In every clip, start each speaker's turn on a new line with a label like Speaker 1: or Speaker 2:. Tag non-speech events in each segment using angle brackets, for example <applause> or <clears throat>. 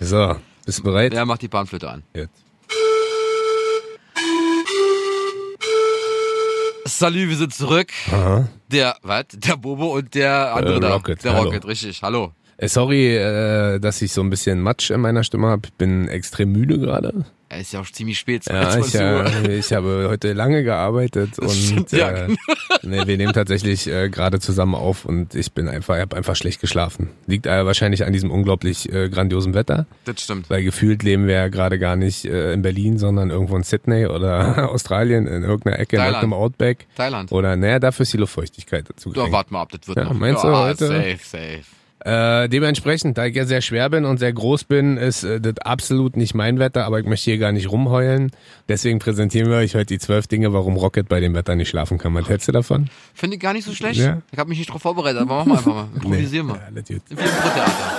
Speaker 1: So, bist du bereit?
Speaker 2: Wer macht die Panflöte an?
Speaker 1: Jetzt.
Speaker 2: Salü, wir sind zurück.
Speaker 1: Aha.
Speaker 2: Der, was? Der Bobo und der andere
Speaker 1: Äh,
Speaker 2: da.
Speaker 1: Rocket,
Speaker 2: Der
Speaker 1: hallo.
Speaker 2: Rocket, richtig. Hallo.
Speaker 1: Äh, Sorry, äh, dass ich so ein bisschen Matsch in meiner Stimme habe. Bin extrem müde gerade.
Speaker 2: Er ist ja auch ziemlich spät.
Speaker 1: Ja, ich,
Speaker 2: 22 Uhr.
Speaker 1: äh, <laughs> ich habe heute lange gearbeitet und
Speaker 2: stimmt, ja, genau.
Speaker 1: äh, <laughs> nee, wir nehmen tatsächlich äh, gerade zusammen auf und ich bin einfach, ich habe einfach schlecht geschlafen. Liegt äh, wahrscheinlich an diesem unglaublich äh, grandiosen Wetter,
Speaker 2: Das stimmt.
Speaker 1: weil gefühlt leben wir ja gerade gar nicht äh, in Berlin, sondern irgendwo in Sydney oder <laughs> Australien in irgendeiner Ecke,
Speaker 2: Thailand.
Speaker 1: in irgendeinem Outback.
Speaker 2: Thailand.
Speaker 1: Oder naja, dafür ist die Luftfeuchtigkeit dazu.
Speaker 2: Ja,
Speaker 1: gelangt.
Speaker 2: warte mal ab, das wird
Speaker 1: Ja,
Speaker 2: noch.
Speaker 1: meinst du
Speaker 2: ja,
Speaker 1: heute?
Speaker 2: Safe, safe.
Speaker 1: Äh, dementsprechend, da ich ja sehr schwer bin und sehr groß bin, ist äh, das absolut nicht mein Wetter, aber ich möchte hier gar nicht rumheulen. Deswegen präsentieren wir euch heute die zwölf Dinge, warum Rocket bei dem Wetter nicht schlafen kann. Was hältst du davon?
Speaker 2: Finde ich gar nicht so schlecht.
Speaker 1: Ja.
Speaker 2: Ich habe mich nicht drauf vorbereitet, aber machen wir
Speaker 1: <laughs>
Speaker 2: einfach mal. Improvisieren wir.
Speaker 1: Ja, das gut.
Speaker 2: Im Theater.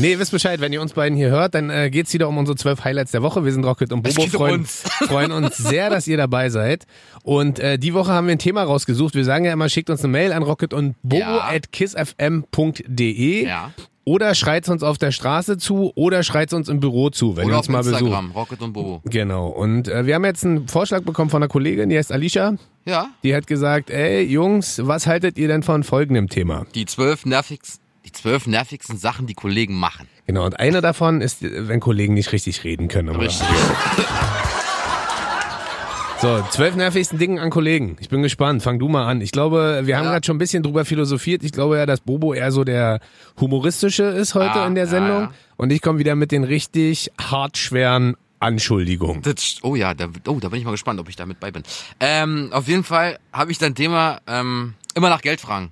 Speaker 1: Nee, wisst Bescheid, wenn ihr uns beiden hier hört, dann äh, geht's wieder um unsere zwölf Highlights der Woche. Wir sind Rocket und Bobo.
Speaker 2: geht um
Speaker 1: freuen,
Speaker 2: uns.
Speaker 1: <laughs> freuen uns sehr, dass ihr dabei seid. Und äh, die Woche haben wir ein Thema rausgesucht. Wir sagen ja immer, schickt uns eine Mail an rocket und bobo
Speaker 2: Ja.
Speaker 1: at kissfm.de.
Speaker 2: Ja.
Speaker 1: Oder schreit's uns auf der Straße zu oder schreit's uns im Büro zu, wenn ihr
Speaker 2: Oder auf
Speaker 1: uns mal besucht.
Speaker 2: Instagram, Rocket und Bobo.
Speaker 1: Genau. Und äh, wir haben jetzt einen Vorschlag bekommen von einer Kollegin, die heißt Alicia.
Speaker 2: Ja,
Speaker 1: Die hat gesagt, ey Jungs, was haltet ihr denn von folgendem Thema?
Speaker 2: die zwölf nervigsten, die zwölf nervigsten Sachen, die Kollegen machen.
Speaker 1: Genau. Und eine davon ist, äh, wenn Kollegen nicht richtig reden können. Oder?
Speaker 2: Richtig.
Speaker 1: So, zwölf nervigsten Dingen an Kollegen. Ich bin gespannt. Fang du mal an. Ich glaube, wir haben
Speaker 2: Ja.
Speaker 1: gerade schon ein bisschen drüber philosophiert. Ich glaube ja, dass Bobo eher so der humoristische ist heute
Speaker 2: Ah,
Speaker 1: in der
Speaker 2: ja,
Speaker 1: Sendung.
Speaker 2: ja.
Speaker 1: Und ich komme wieder mit den richtig hartschweren Anschuldigungen.
Speaker 2: Das, st- oh ja, da, oh, da bin ich mal gespannt, ob ich da mit bei bin. Ähm, auf jeden Fall habe ich dann Thema ähm, immer nach Geld fragen.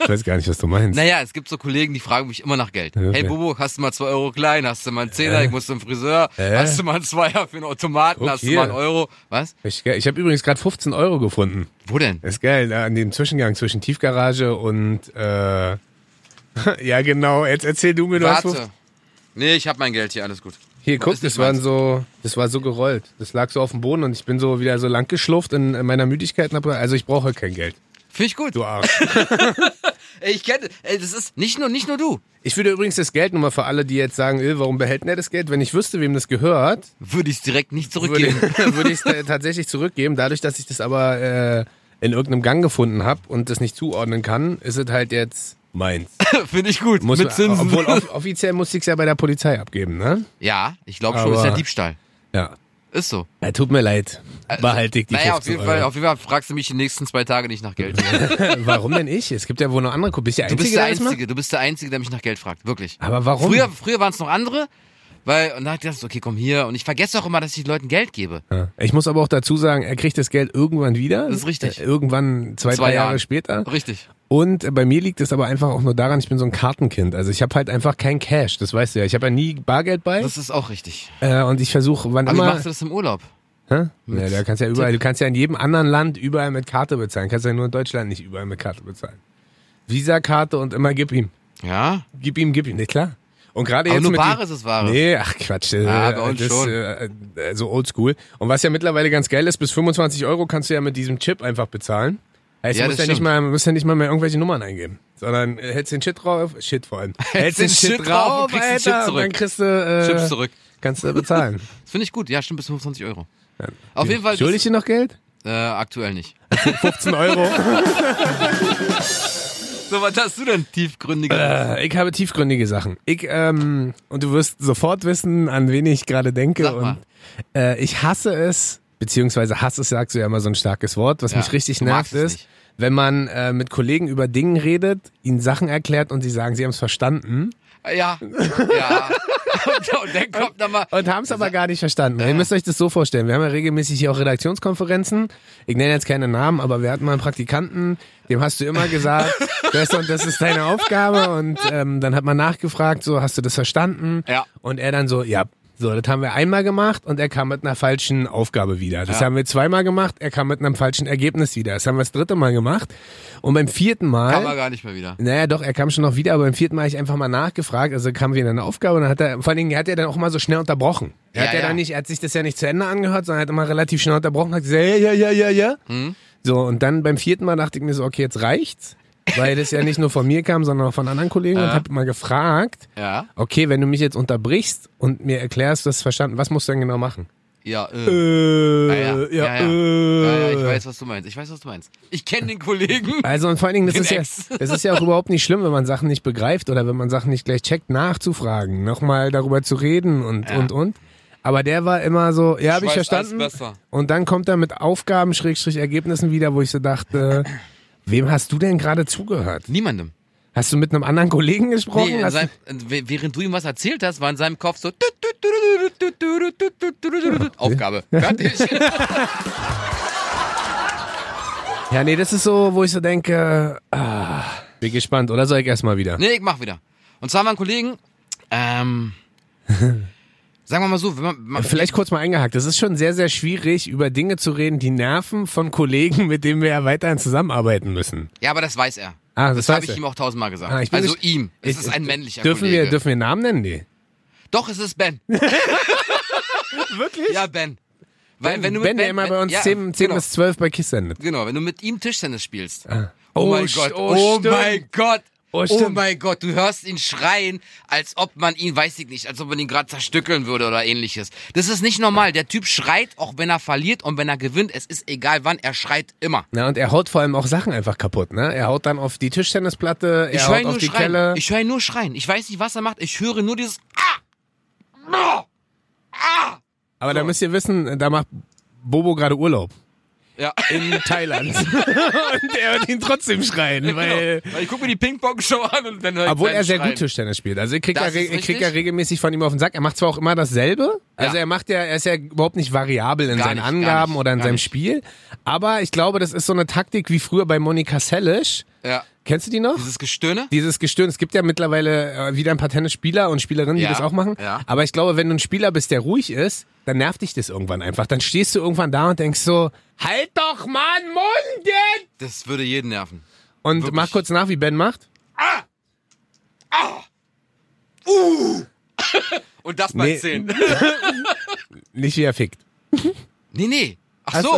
Speaker 1: Ich weiß gar nicht, was du meinst.
Speaker 2: Naja, es gibt so Kollegen, die fragen mich immer nach Geld. Hey Bobo, hast du mal zwei Euro klein? Hast du mal einen Zehner? Ich muss zum Friseur. Hast du mal einen Zweier für einen Automaten?
Speaker 1: Guck
Speaker 2: hast du
Speaker 1: hier.
Speaker 2: mal einen Euro? Was?
Speaker 1: Ich, ich habe übrigens gerade 15 Euro gefunden.
Speaker 2: Wo denn?
Speaker 1: Das ist geil, da an dem Zwischengang zwischen Tiefgarage und äh, <laughs> ja genau, jetzt erzähl du mir, du hast
Speaker 2: Warte. Nee, ich habe mein Geld hier, alles gut.
Speaker 1: Hier, guck,
Speaker 2: Ist nicht
Speaker 1: das waren
Speaker 2: meins.
Speaker 1: so, das war so gerollt. Das lag so auf dem Boden und ich bin so wieder so lang geschlurft in in meiner Müdigkeit. und hab gedacht, Also ich brauche kein Geld.
Speaker 2: Finde ich gut.
Speaker 1: Du Arsch.
Speaker 2: <laughs> Ey, ich kenne, ey, das ist nicht nur, nicht nur du.
Speaker 1: Ich würde übrigens das Geld nur mal für alle, die jetzt sagen, "Äh, warum behält denn er das Geld? Wenn ich wüsste, wem das gehört,
Speaker 2: Würde ich es direkt nicht
Speaker 1: würde
Speaker 2: zurückgeben.
Speaker 1: würde ich <laughs> es tatsächlich zurückgeben. Dadurch, dass ich das aber äh, in irgendeinem Gang gefunden habe und das nicht zuordnen kann, ist es halt jetzt meins.
Speaker 2: <laughs> Finde ich gut.
Speaker 1: Muss
Speaker 2: Mit Zinsen.
Speaker 1: Obwohl off offiziell musste ich es ja bei der Polizei abgeben, ne?
Speaker 2: <laughs> ja, ich glaube schon, ist ja
Speaker 1: Aber-
Speaker 2: Diebstahl.
Speaker 1: Ja.
Speaker 2: Ist so.
Speaker 1: ja tut mir leid. Behalte ich die
Speaker 2: Äh, Also, Naja, auf
Speaker 1: 15
Speaker 2: jeden, Fall,
Speaker 1: Euro.
Speaker 2: auf jeden Fall fragst du mich die nächsten zwei Tage nicht
Speaker 1: <laughs>
Speaker 2: nach Geld.
Speaker 1: Warum denn ich? Es gibt ja wohl noch andere Kunden. Bist du der
Speaker 2: Du
Speaker 1: Einzige,
Speaker 2: bist der
Speaker 1: der das macht?
Speaker 2: Einzige, du bist der Einzige, der mich nach Geld fragt. Wirklich.
Speaker 1: Aber warum?
Speaker 2: Früher, früher waren es noch andere, weil, und dann hat ich gedacht, okay, komm hier. Und ich vergesse auch immer, dass ich den Leuten Geld gebe.
Speaker 1: Ja. Ich muss aber auch dazu sagen, er kriegt das Geld irgendwann wieder.
Speaker 2: Das ist richtig.
Speaker 1: Äh, Irgendwann zwei,
Speaker 2: Zwei
Speaker 1: drei Jahre
Speaker 2: Jahren.
Speaker 1: später.
Speaker 2: Richtig.
Speaker 1: Und äh, bei mir liegt es aber einfach auch nur daran, ich bin so ein Kartenkind. Also ich habe halt einfach kein Cash, das weißt du ja. Ich habe ja nie Bargeld bei
Speaker 2: Das ist auch richtig.
Speaker 1: äh, und ich versuche, wann
Speaker 2: Aber wie
Speaker 1: immer...
Speaker 2: machst du das im Urlaub?
Speaker 1: Hä? Ja, da kannst du ja überall, du kannst ja in jedem anderen Land überall mit Karte bezahlen. Kannst ja nur in Deutschland nicht überall mit Karte bezahlen. Visa-Karte und immer gib ihm.
Speaker 2: Ja?
Speaker 1: Gib ihm, gib ihm. Ne, klar. Und gerade
Speaker 2: Aber
Speaker 1: jetzt
Speaker 2: nur
Speaker 1: mit
Speaker 2: Bares
Speaker 1: die,
Speaker 2: ist Ware.
Speaker 1: Nee, ach Quatsch. Äh,
Speaker 2: Ah, bei uns
Speaker 1: das,
Speaker 2: schon.
Speaker 1: Äh, äh, so oldschool. Und was ja mittlerweile ganz geil ist, bis 25 Euro kannst du ja mit diesem Chip einfach bezahlen. Heißt,
Speaker 2: Ja,
Speaker 1: du musst ja,
Speaker 2: das
Speaker 1: nicht
Speaker 2: stimmt.
Speaker 1: mal, musst ja nicht mal mehr irgendwelche Nummern eingeben. Sondern äh, hältst den Shit drauf, Shit vor allem. Hältst den Shit drauf,
Speaker 2: und kriegst den Chip
Speaker 1: Alter, und
Speaker 2: zurück.
Speaker 1: dann kriegst du, äh,
Speaker 2: Chips zurück.
Speaker 1: kannst du bezahlen.
Speaker 2: Das finde ich gut. Ja, stimmt, bis 25 Euro. Auf jeden Fall. das-
Speaker 1: Schuldig ich dir noch Geld?
Speaker 2: Äh, aktuell nicht.
Speaker 1: 15
Speaker 2: <laughs>
Speaker 1: Euro.
Speaker 2: So, was hast du denn tiefgründige?
Speaker 1: Äh, ich habe tiefgründige Sachen. Ich, ähm, und du wirst sofort wissen, an wen ich gerade denke.
Speaker 2: Sag mal.
Speaker 1: Und äh, ich hasse es, beziehungsweise Hass ist, sagst du ja immer so ein starkes Wort. Was
Speaker 2: Ja,
Speaker 1: mich richtig
Speaker 2: du
Speaker 1: nervt
Speaker 2: magst es
Speaker 1: ist,
Speaker 2: nicht.
Speaker 1: wenn man äh, mit Kollegen über Dinge redet, ihnen Sachen erklärt und sie sagen, sie haben es verstanden
Speaker 2: Äh, Ja.
Speaker 1: <laughs>
Speaker 2: Ja. <laughs> Und, und dann kommt nochmal.
Speaker 1: und haben es aber gar nicht verstanden. Ihr müsst euch das so vorstellen. Wir haben ja regelmäßig hier auch Redaktionskonferenzen. Ich nenne jetzt keine Namen, aber wir hatten mal einen Praktikanten, dem hast du immer
Speaker 2: <laughs>
Speaker 1: gesagt, das und das ist deine Aufgabe. Und ähm, dann hat man nachgefragt, so, hast du das verstanden?
Speaker 2: Ja.
Speaker 1: Und er dann so, ja. So, das haben wir einmal gemacht und er kam mit einer falschen Aufgabe wieder. Das haben wir zweimal gemacht, er kam mit einem falschen Ergebnis wieder. Das haben wir das dritte Mal gemacht. Und beim vierten Mal.
Speaker 2: Kann man gar nicht mehr wieder.
Speaker 1: Naja, doch, er kam schon noch wieder, aber beim vierten Mal habe ich einfach mal nachgefragt. Also kam wieder eine Aufgabe und dann hat er, vor allen Dingen hat er dann auch mal so schnell unterbrochen. Er
Speaker 2: Ja,
Speaker 1: hat ja,
Speaker 2: ja.
Speaker 1: dann nicht, er hat sich das ja nicht zu Ende angehört, sondern hat immer relativ
Speaker 2: Mhm.
Speaker 1: schnell unterbrochen, hat gesagt, ja, ja, ja, ja, ja. So, und dann beim vierten Mal dachte ich mir so, okay, jetzt reicht's. weil das ja nicht nur von mir kam, sondern auch von anderen Kollegen und
Speaker 2: Ja.
Speaker 1: habe mal gefragt,
Speaker 2: Ja.
Speaker 1: okay, wenn du mich jetzt unterbrichst und mir erklärst, du hast es verstanden, was musst du denn genau machen?
Speaker 2: Ja,
Speaker 1: Äh,
Speaker 2: äh. ja, ja, ja. Ja, ja, ich weiß, was du meinst. Ich weiß, was du meinst. Ich kenne
Speaker 1: <laughs>
Speaker 2: den Kollegen.
Speaker 1: Also und vor allen Dingen, das
Speaker 2: Den
Speaker 1: ist, ja,
Speaker 2: Ex.
Speaker 1: das ist ja auch überhaupt nicht schlimm, wenn man Sachen nicht begreift oder wenn man Sachen nicht gleich checkt, nachzufragen, nochmal darüber zu reden und,
Speaker 2: Ja.
Speaker 1: und, und. Aber der war immer so, ja, habe ich
Speaker 2: weiß
Speaker 1: verstanden.
Speaker 2: alles besser.
Speaker 1: Und dann kommt er mit Aufgaben, Schrägstrich, Ergebnissen wieder, wo ich so
Speaker 2: <clears throat>
Speaker 1: dachte, wem hast du denn gerade zugehört?
Speaker 2: Niemandem.
Speaker 1: Hast du mit einem anderen Kollegen gesprochen?
Speaker 2: Nee, in
Speaker 1: hast
Speaker 2: seinem, w- während du ihm was erzählt hast, war in seinem Kopf so. tut, tut, tut, tut, tut, tut, tut, tut, tut, tut. Aufgabe. Fertig.
Speaker 1: <laughs> du, ja, nee, das ist so, wo ich so denke, ah, bin gespannt, oder soll ich erstmal wieder?
Speaker 2: Nee, ich mach wieder. Und zwar haben wir einen Kollegen,
Speaker 1: <laughs>
Speaker 2: ähm, sagen wir mal so, wenn man, man
Speaker 1: Vielleicht kurz mal eingehakt. Es ist schon sehr, sehr schwierig, über Dinge zu reden, die nerven von Kollegen, <laughs> mit denen wir ja weiterhin zusammenarbeiten müssen.
Speaker 2: ja, aber das weiß er.
Speaker 1: Ah, das
Speaker 2: das
Speaker 1: weiß
Speaker 2: habe ich
Speaker 1: er.
Speaker 2: ihm auch tausendmal gesagt.
Speaker 1: Ah, ich bin
Speaker 2: also
Speaker 1: ges-
Speaker 2: ihm.
Speaker 1: Ich-
Speaker 2: Es ist ein männlicher
Speaker 1: dürfen
Speaker 2: Kollege.
Speaker 1: Wir, dürfen wir Namen nennen? Nee.
Speaker 2: Doch, es ist Ben.
Speaker 1: <laughs>
Speaker 2: <laughs>
Speaker 1: Wirklich?
Speaker 2: Ja, Ben. Weil, wenn du mit
Speaker 1: ben, der immer bei uns
Speaker 2: ja,
Speaker 1: 10, 10
Speaker 2: genau,
Speaker 1: bis 12 bei Kiss sendet.
Speaker 2: Genau, wenn du mit ihm Tischtennis spielst.
Speaker 1: Oh,
Speaker 2: Oh, mein
Speaker 1: st-
Speaker 2: Gott.
Speaker 1: oh,
Speaker 2: Oh,
Speaker 1: stimmt.
Speaker 2: mein Gott.
Speaker 1: Oh,
Speaker 2: Oh,
Speaker 1: stimmt.
Speaker 2: mein Gott, du hörst ihn schreien, als ob man ihn, weiß ich nicht, als ob man ihn gerade zerstückeln würde oder ähnliches. Das ist nicht normal. Der Typ schreit, auch wenn er verliert und wenn er gewinnt. Es ist egal wann, er schreit immer.
Speaker 1: Na, und er haut vor allem auch Sachen einfach kaputt, ne? Er haut dann auf die Tischtennisplatte, er
Speaker 2: Ich höre
Speaker 1: haut
Speaker 2: ihn
Speaker 1: auf
Speaker 2: nur
Speaker 1: die
Speaker 2: schreien.
Speaker 1: Kelle.
Speaker 2: Ich höre ihn nur schreien. Ich weiß nicht, was er macht. Ich höre nur dieses Ah!
Speaker 1: Aber
Speaker 2: Oh.
Speaker 1: da müsst ihr wissen, da macht Bobo gerade Urlaub.
Speaker 2: Ja. <laughs> Genau.
Speaker 1: in Thailand. <laughs> und er hört ihn trotzdem schreien, weil.
Speaker 2: Genau. Weil ich gucke mir die Ping-Pong-Show an und dann höre ich
Speaker 1: Obwohl
Speaker 2: seinen
Speaker 1: er sehr
Speaker 2: schreien.
Speaker 1: gut Tischtennis spielt. Also ich krieg, ja,
Speaker 2: Das
Speaker 1: re-
Speaker 2: ist
Speaker 1: ich krieg
Speaker 2: richtig.
Speaker 1: ja regelmäßig von ihm auf den Sack. Er macht zwar auch immer dasselbe. Also
Speaker 2: Ja.
Speaker 1: er macht ja, er ist ja überhaupt nicht variabel in
Speaker 2: Gar
Speaker 1: seinen
Speaker 2: nicht, gar
Speaker 1: Angaben
Speaker 2: nicht,
Speaker 1: oder in
Speaker 2: gar
Speaker 1: seinem
Speaker 2: nicht.
Speaker 1: Spiel. Aber ich glaube, das ist so eine Taktik wie früher bei Monika Sellisch.
Speaker 2: Ja.
Speaker 1: Kennst du die noch?
Speaker 2: Dieses Gestöhne?
Speaker 1: dieses Gestöhn. Es gibt ja mittlerweile äh, wieder ein paar Tennisspieler und Spielerinnen,
Speaker 2: Ja,
Speaker 1: die das auch machen.
Speaker 2: ja.
Speaker 1: Aber ich glaube, wenn du ein Spieler bist, der ruhig ist, dann nervt dich das irgendwann einfach. Dann stehst du irgendwann da und denkst so, halt doch mal einen Mund jetzt!
Speaker 2: Das würde jeden nerven.
Speaker 1: Und
Speaker 2: Wirklich.
Speaker 1: mach kurz nach, wie Ben macht.
Speaker 2: Und das mal
Speaker 1: Nee.
Speaker 2: zehn.
Speaker 1: Nicht wie er fickt.
Speaker 2: Nee, nee. Ach so.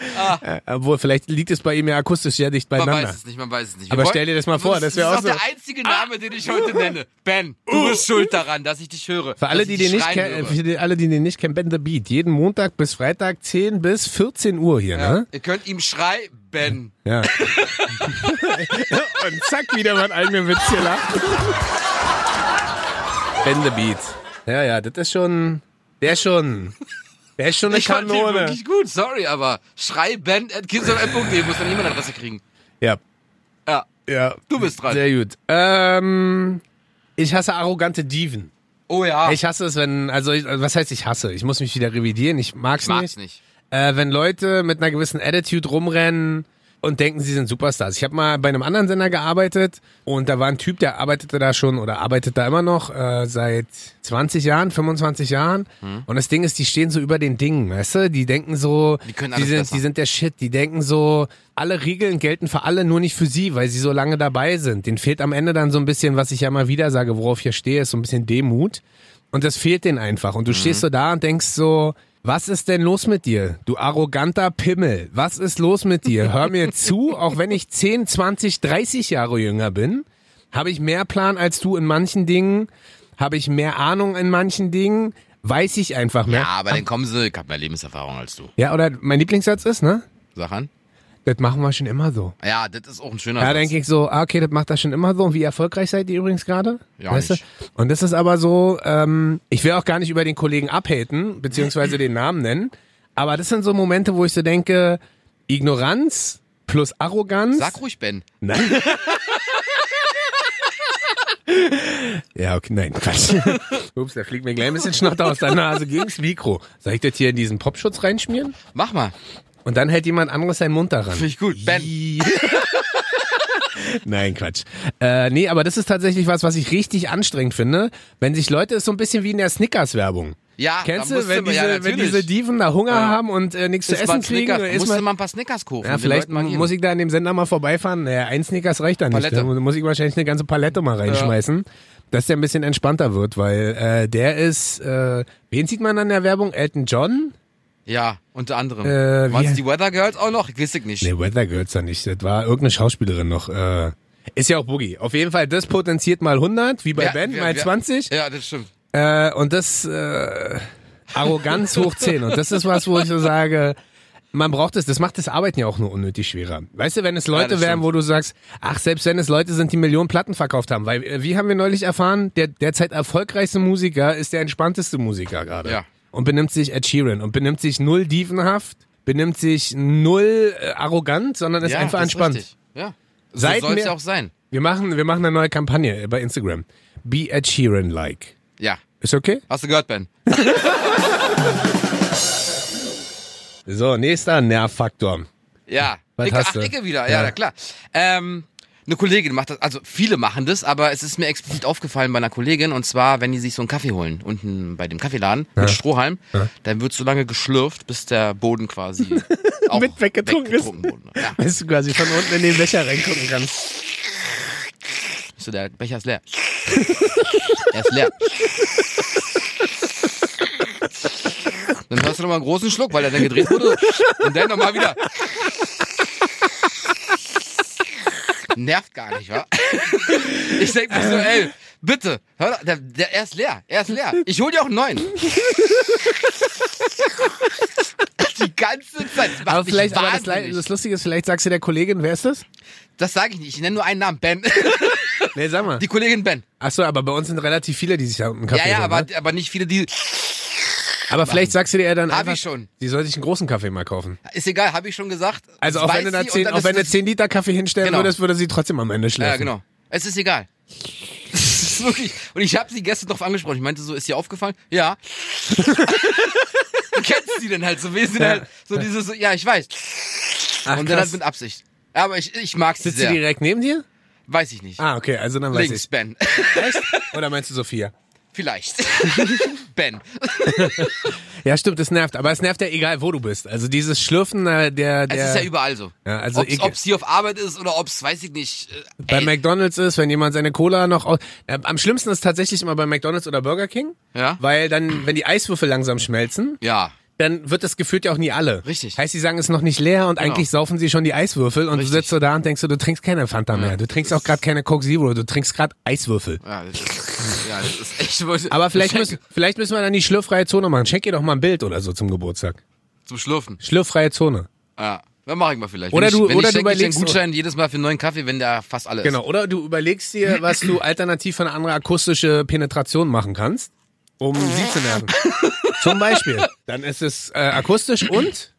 Speaker 1: Äh, Obwohl, vielleicht liegt es bei ihm ja akustisch sehr dicht
Speaker 2: Man
Speaker 1: beieinander.
Speaker 2: weiß es nicht, man weiß es nicht.
Speaker 1: Aber
Speaker 2: Wir
Speaker 1: stell dir das mal vor,
Speaker 2: das
Speaker 1: das wär
Speaker 2: ist
Speaker 1: auch so- Uh.
Speaker 2: der einzige Name, den ich heute nenne. Ben, du bist schuld daran, dass ich dich höre.
Speaker 1: Für alle,
Speaker 2: dass
Speaker 1: die
Speaker 2: ich
Speaker 1: den
Speaker 2: dich
Speaker 1: nicht
Speaker 2: schreien
Speaker 1: kennen, äh,
Speaker 2: höre.
Speaker 1: für die, alle, die den nicht kennen, Ben the Beat. Jeden Montag bis Freitag 10 bis 14 Uhr hier,
Speaker 2: Ja,
Speaker 1: ne?
Speaker 2: ihr könnt ihm schreien, Ben.
Speaker 1: Ja. <laughs> Und zack, wieder mein eigener Witz hier lacht. Ben the Beat. Ja, ja, das ist schon. Der ist schon. Der ist schon eine
Speaker 2: Ich fand ihn
Speaker 1: Kanone.
Speaker 2: wirklich gut, sorry, aber schrei Ben at kids.m.de, muss dann jemand Adresse kriegen.
Speaker 1: Ja.
Speaker 2: Ja.
Speaker 1: Ja.
Speaker 2: Du bist dran.
Speaker 1: Sehr gut. Ähm, ich hasse arrogante Diven.
Speaker 2: Oh ja.
Speaker 1: Ich hasse es, wenn, also ich, was heißt ich hasse? Ich muss mich wieder revidieren, ich mag's
Speaker 2: mag's
Speaker 1: nicht.
Speaker 2: nicht.
Speaker 1: Äh, wenn Leute mit einer gewissen Attitude rumrennen und denken, sie sind Superstars. Ich habe mal bei einem anderen Sender gearbeitet und da war ein Typ, der arbeitete da schon oder arbeitet da immer noch äh, seit 20 Jahren, 25 Jahren.
Speaker 2: Hm.
Speaker 1: Und das Ding ist, die stehen so über den Dingen, weißt du? Die denken so,
Speaker 2: Die können alles
Speaker 1: die, sind,
Speaker 2: besser.
Speaker 1: die sind der Shit. Die denken so, alle Regeln gelten für alle, nur nicht für sie, weil sie so lange dabei sind. Denen fehlt am Ende dann so ein bisschen, was ich ja immer wieder sage, worauf ich hier stehe, ist so ein bisschen Demut. Und das fehlt denen einfach. Und du stehst so da und denkst so, was ist denn los mit dir? Du arroganter Pimmel. Was ist los mit dir? Hör mir zu, auch wenn ich 10, 20, 30 Jahre jünger bin, habe ich mehr Plan als du in manchen Dingen, habe ich mehr Ahnung in manchen Dingen, weiß ich einfach mehr.
Speaker 2: Ja, aber dann kommen sie, ich hab mehr Lebenserfahrung als du.
Speaker 1: Ja, oder mein Lieblingssatz ist, ne?
Speaker 2: Sag an.
Speaker 1: Das machen wir schon immer so.
Speaker 2: Ja, das ist auch ein schöner
Speaker 1: Da
Speaker 2: Satz.
Speaker 1: denke ich so, ah, okay, das macht das schon immer so. Und wie erfolgreich seid ihr übrigens gerade? du?
Speaker 2: Ja, nicht.
Speaker 1: Und das ist aber so, ähm, ich will auch gar nicht über den Kollegen abhaten, beziehungsweise den Namen nennen. Aber das sind so Momente, wo ich so denke, Ignoranz plus Arroganz.
Speaker 2: Sag ruhig Ben.
Speaker 1: Ja, okay, nein, Quatsch. <laughs> Ups, da fliegt mir gleich ein bisschen Schnatter aus der Nase gegens Mikro. Soll ich das hier in diesen Popschutz reinschmieren?
Speaker 2: Mach mal.
Speaker 1: Und dann hält jemand anderes seinen Mund daran.
Speaker 2: Finde ich gut. Ben.
Speaker 1: <laughs> Nein, Quatsch. Äh, nee, aber das ist tatsächlich was, was ich richtig anstrengend finde. Wenn sich Leute, ist so ein bisschen wie in der Snickers-Werbung.
Speaker 2: Ja,
Speaker 1: Kennst
Speaker 2: da
Speaker 1: du,
Speaker 2: musst
Speaker 1: wenn diese,
Speaker 2: ja,
Speaker 1: wenn
Speaker 2: natürlich.
Speaker 1: diese Diven da Hunger
Speaker 2: Ja.
Speaker 1: haben und äh, nichts zu
Speaker 2: Isst mal
Speaker 1: essen
Speaker 2: ein
Speaker 1: kriegen?
Speaker 2: Snickers.
Speaker 1: oder isst
Speaker 2: Musst
Speaker 1: man-
Speaker 2: du mal ein paar Snickers kaufen.
Speaker 1: ja, vielleicht muss ich da an dem Sender mal vorbeifahren. Naja, ein Snickers reicht da nicht.
Speaker 2: Palette.
Speaker 1: Da muss ich wahrscheinlich eine ganze Palette mal reinschmeißen, dass der ein bisschen entspannter wird, weil äh, der ist, äh, wen sieht man an der Werbung? Elton John?
Speaker 2: Ja, unter anderem.
Speaker 1: Äh, wie-
Speaker 2: Waren es die Weather Girls auch noch? Ich weiß ich nicht.
Speaker 1: Nee, Weather Girls da nicht. Das war irgendeine Schauspielerin noch. Äh, ist ja auch Boogie. Auf jeden Fall, das potenziert mal 100, wie bei
Speaker 2: Ja,
Speaker 1: Ben,
Speaker 2: wir-
Speaker 1: mal
Speaker 2: wir-
Speaker 1: 20.
Speaker 2: Ja, das stimmt.
Speaker 1: Äh, und das äh, Arroganz hoch 10. Und das ist was, wo ich so sage, man braucht es, das macht das Arbeiten ja auch nur unnötig schwerer. Weißt du, wenn es Leute
Speaker 2: das
Speaker 1: wären,
Speaker 2: stimmt.
Speaker 1: wo du sagst, ach, selbst wenn es Leute sind, die Millionen Platten verkauft haben, weil äh, wie haben wir neulich erfahren, der derzeit erfolgreichste Musiker ist der entspannteste Musiker gerade.
Speaker 2: Ja.
Speaker 1: Und benimmt sich Ed Sheeran und benimmt sich null dievenhaft, benimmt sich null äh, arrogant, sondern ist
Speaker 2: ja,
Speaker 1: einfach
Speaker 2: das
Speaker 1: entspannt.
Speaker 2: Ist richtig. Ja.
Speaker 1: Seid
Speaker 2: so soll es
Speaker 1: mir-
Speaker 2: ja auch sein.
Speaker 1: Wir machen, wir machen eine neue Kampagne bei Instagram. Be Ed Sheeran like.
Speaker 2: Ja.
Speaker 1: Ist okay?
Speaker 2: Hast du gehört, Ben?
Speaker 1: So, nächster Nervfaktor.
Speaker 2: Ja.
Speaker 1: Was
Speaker 2: Icke,
Speaker 1: hast
Speaker 2: ach,
Speaker 1: du?
Speaker 2: Icke wieder,
Speaker 1: Ja.
Speaker 2: ja, na klar. Ähm, eine Kollegin macht das, also viele machen das, aber es ist mir explizit aufgefallen bei einer Kollegin und zwar, wenn die sich so einen Kaffee holen, unten bei dem Kaffeeladen mit Strohhalm, dann wird so lange geschlürft, bis der Boden quasi
Speaker 1: <laughs>
Speaker 2: auch
Speaker 1: Mit weggetrunken ist.
Speaker 2: weggetrunken wurde. Ja,
Speaker 1: Weißt du quasi von unten in den Becher reingucken kannst.
Speaker 2: so der Becher <laughs> ist leer. er ist leer. Dann hörst du nochmal einen großen Schluck, weil er dann gedreht wurde. Und dann nochmal wieder. Nervt gar nicht, <laughs> wa? Ich denk mir so, ey, bitte, hör doch, der, der, er ist leer, er ist leer. Ich hol dir auch einen <laughs> neuen. Die ganze Zeit. Das macht
Speaker 1: Aber
Speaker 2: mich
Speaker 1: vielleicht, aber das,
Speaker 2: wahnsinnig.
Speaker 1: Le- das Lustige ist, vielleicht sagst du der Kollegin, wer ist das?
Speaker 2: das sage ich nicht. Ich nenne nur einen Namen, Ben. <laughs>
Speaker 1: Nee, sag mal.
Speaker 2: Die Kollegin Ben.
Speaker 1: Achso, aber bei uns sind relativ viele, die sich da unten einen
Speaker 2: Ja,
Speaker 1: Kaffee
Speaker 2: ja,
Speaker 1: holen,
Speaker 2: aber,
Speaker 1: ne?
Speaker 2: aber nicht viele, die.
Speaker 1: aber vielleicht sagst du dir ja dann
Speaker 2: Hab
Speaker 1: einfach,
Speaker 2: ich schon.
Speaker 1: die soll sich einen großen Kaffee mal kaufen.
Speaker 2: Ist egal, habe ich schon gesagt.
Speaker 1: Also
Speaker 2: Das
Speaker 1: auch
Speaker 2: weiß
Speaker 1: wenn, du da
Speaker 2: sie und
Speaker 1: zehn,
Speaker 2: dann
Speaker 1: auch
Speaker 2: ist
Speaker 1: wenn du
Speaker 2: das-
Speaker 1: 10 Liter Kaffee hinstellen
Speaker 2: Genau.
Speaker 1: würdest, würde sie trotzdem am Ende schleppen.
Speaker 2: Ja, genau. Es ist egal. <laughs> Es ist wirklich. Und ich habe sie gestern drauf angesprochen. Ich meinte so, ist dir aufgefallen? Ja. du kennst sie denn halt so. Wir sind halt so dieses, so, ja, ich weiß.
Speaker 1: Ach,
Speaker 2: Und dann
Speaker 1: krass.
Speaker 2: halt mit Absicht. Aber ich, ich mag sie
Speaker 1: Sitzt sie
Speaker 2: sehr.
Speaker 1: direkt neben dir?
Speaker 2: Weiß ich nicht.
Speaker 1: Ah, okay, also dann weiß
Speaker 2: Links,
Speaker 1: ich.
Speaker 2: Ben. <laughs>
Speaker 1: Echt? Oder meinst du Sophia? <laughs>
Speaker 2: Vielleicht. ben.
Speaker 1: Ja, stimmt, das nervt. Aber es nervt ja egal, wo du bist. Also dieses Schlürfen äh, der...
Speaker 2: Es
Speaker 1: der
Speaker 2: ist ja überall so.
Speaker 1: Ja, also
Speaker 2: ob's,
Speaker 1: ich-
Speaker 2: ob's hier auf Arbeit ist oder ob's, weiß ich nicht. äh,
Speaker 1: bei
Speaker 2: ey,
Speaker 1: McDonalds ist, wenn jemand seine Cola noch aus. Äh, am schlimmsten ist tatsächlich immer bei McDonalds oder Burger King.
Speaker 2: Ja.
Speaker 1: Weil dann, wenn die Eiswürfel langsam schmelzen,
Speaker 2: Ja.
Speaker 1: dann wird das gefühlt ja auch nie alle.
Speaker 2: Richtig. Genau.
Speaker 1: Heißt, sie sagen, es ist noch nicht leer und eigentlich saufen sie schon die Eiswürfel und du
Speaker 2: Richtig.
Speaker 1: sitzt so da und denkst so, du trinkst keine Fanta mehr. Du trinkst auch gerade keine Coke Zero, du trinkst gerade Eiswürfel.
Speaker 2: Ja, das ist, ja, das ist echt.
Speaker 1: Aber vielleicht
Speaker 2: Geschenke
Speaker 1: müssen, vielleicht müssen wir dann die schlürffreie Zone machen. Schenk ihr doch mal ein Bild oder so zum Geburtstag.
Speaker 2: Zum Schlürfen.
Speaker 1: Schlürffreie Zone.
Speaker 2: Ja, dann mache ich mal vielleicht.
Speaker 1: Oder
Speaker 2: wenn
Speaker 1: du-
Speaker 2: ich, wenn
Speaker 1: oder
Speaker 2: ich
Speaker 1: du
Speaker 2: schenke ich
Speaker 1: überlegst
Speaker 2: einen Gutschein jedes Mal für einen neuen Kaffee, wenn der fast alle ist.
Speaker 1: Genau, oder du überlegst dir, was du alternativ für eine andere akustische Penetration machen kannst, um sie zu nerven. Zum Beispiel. Dann ist es äh, akustisch und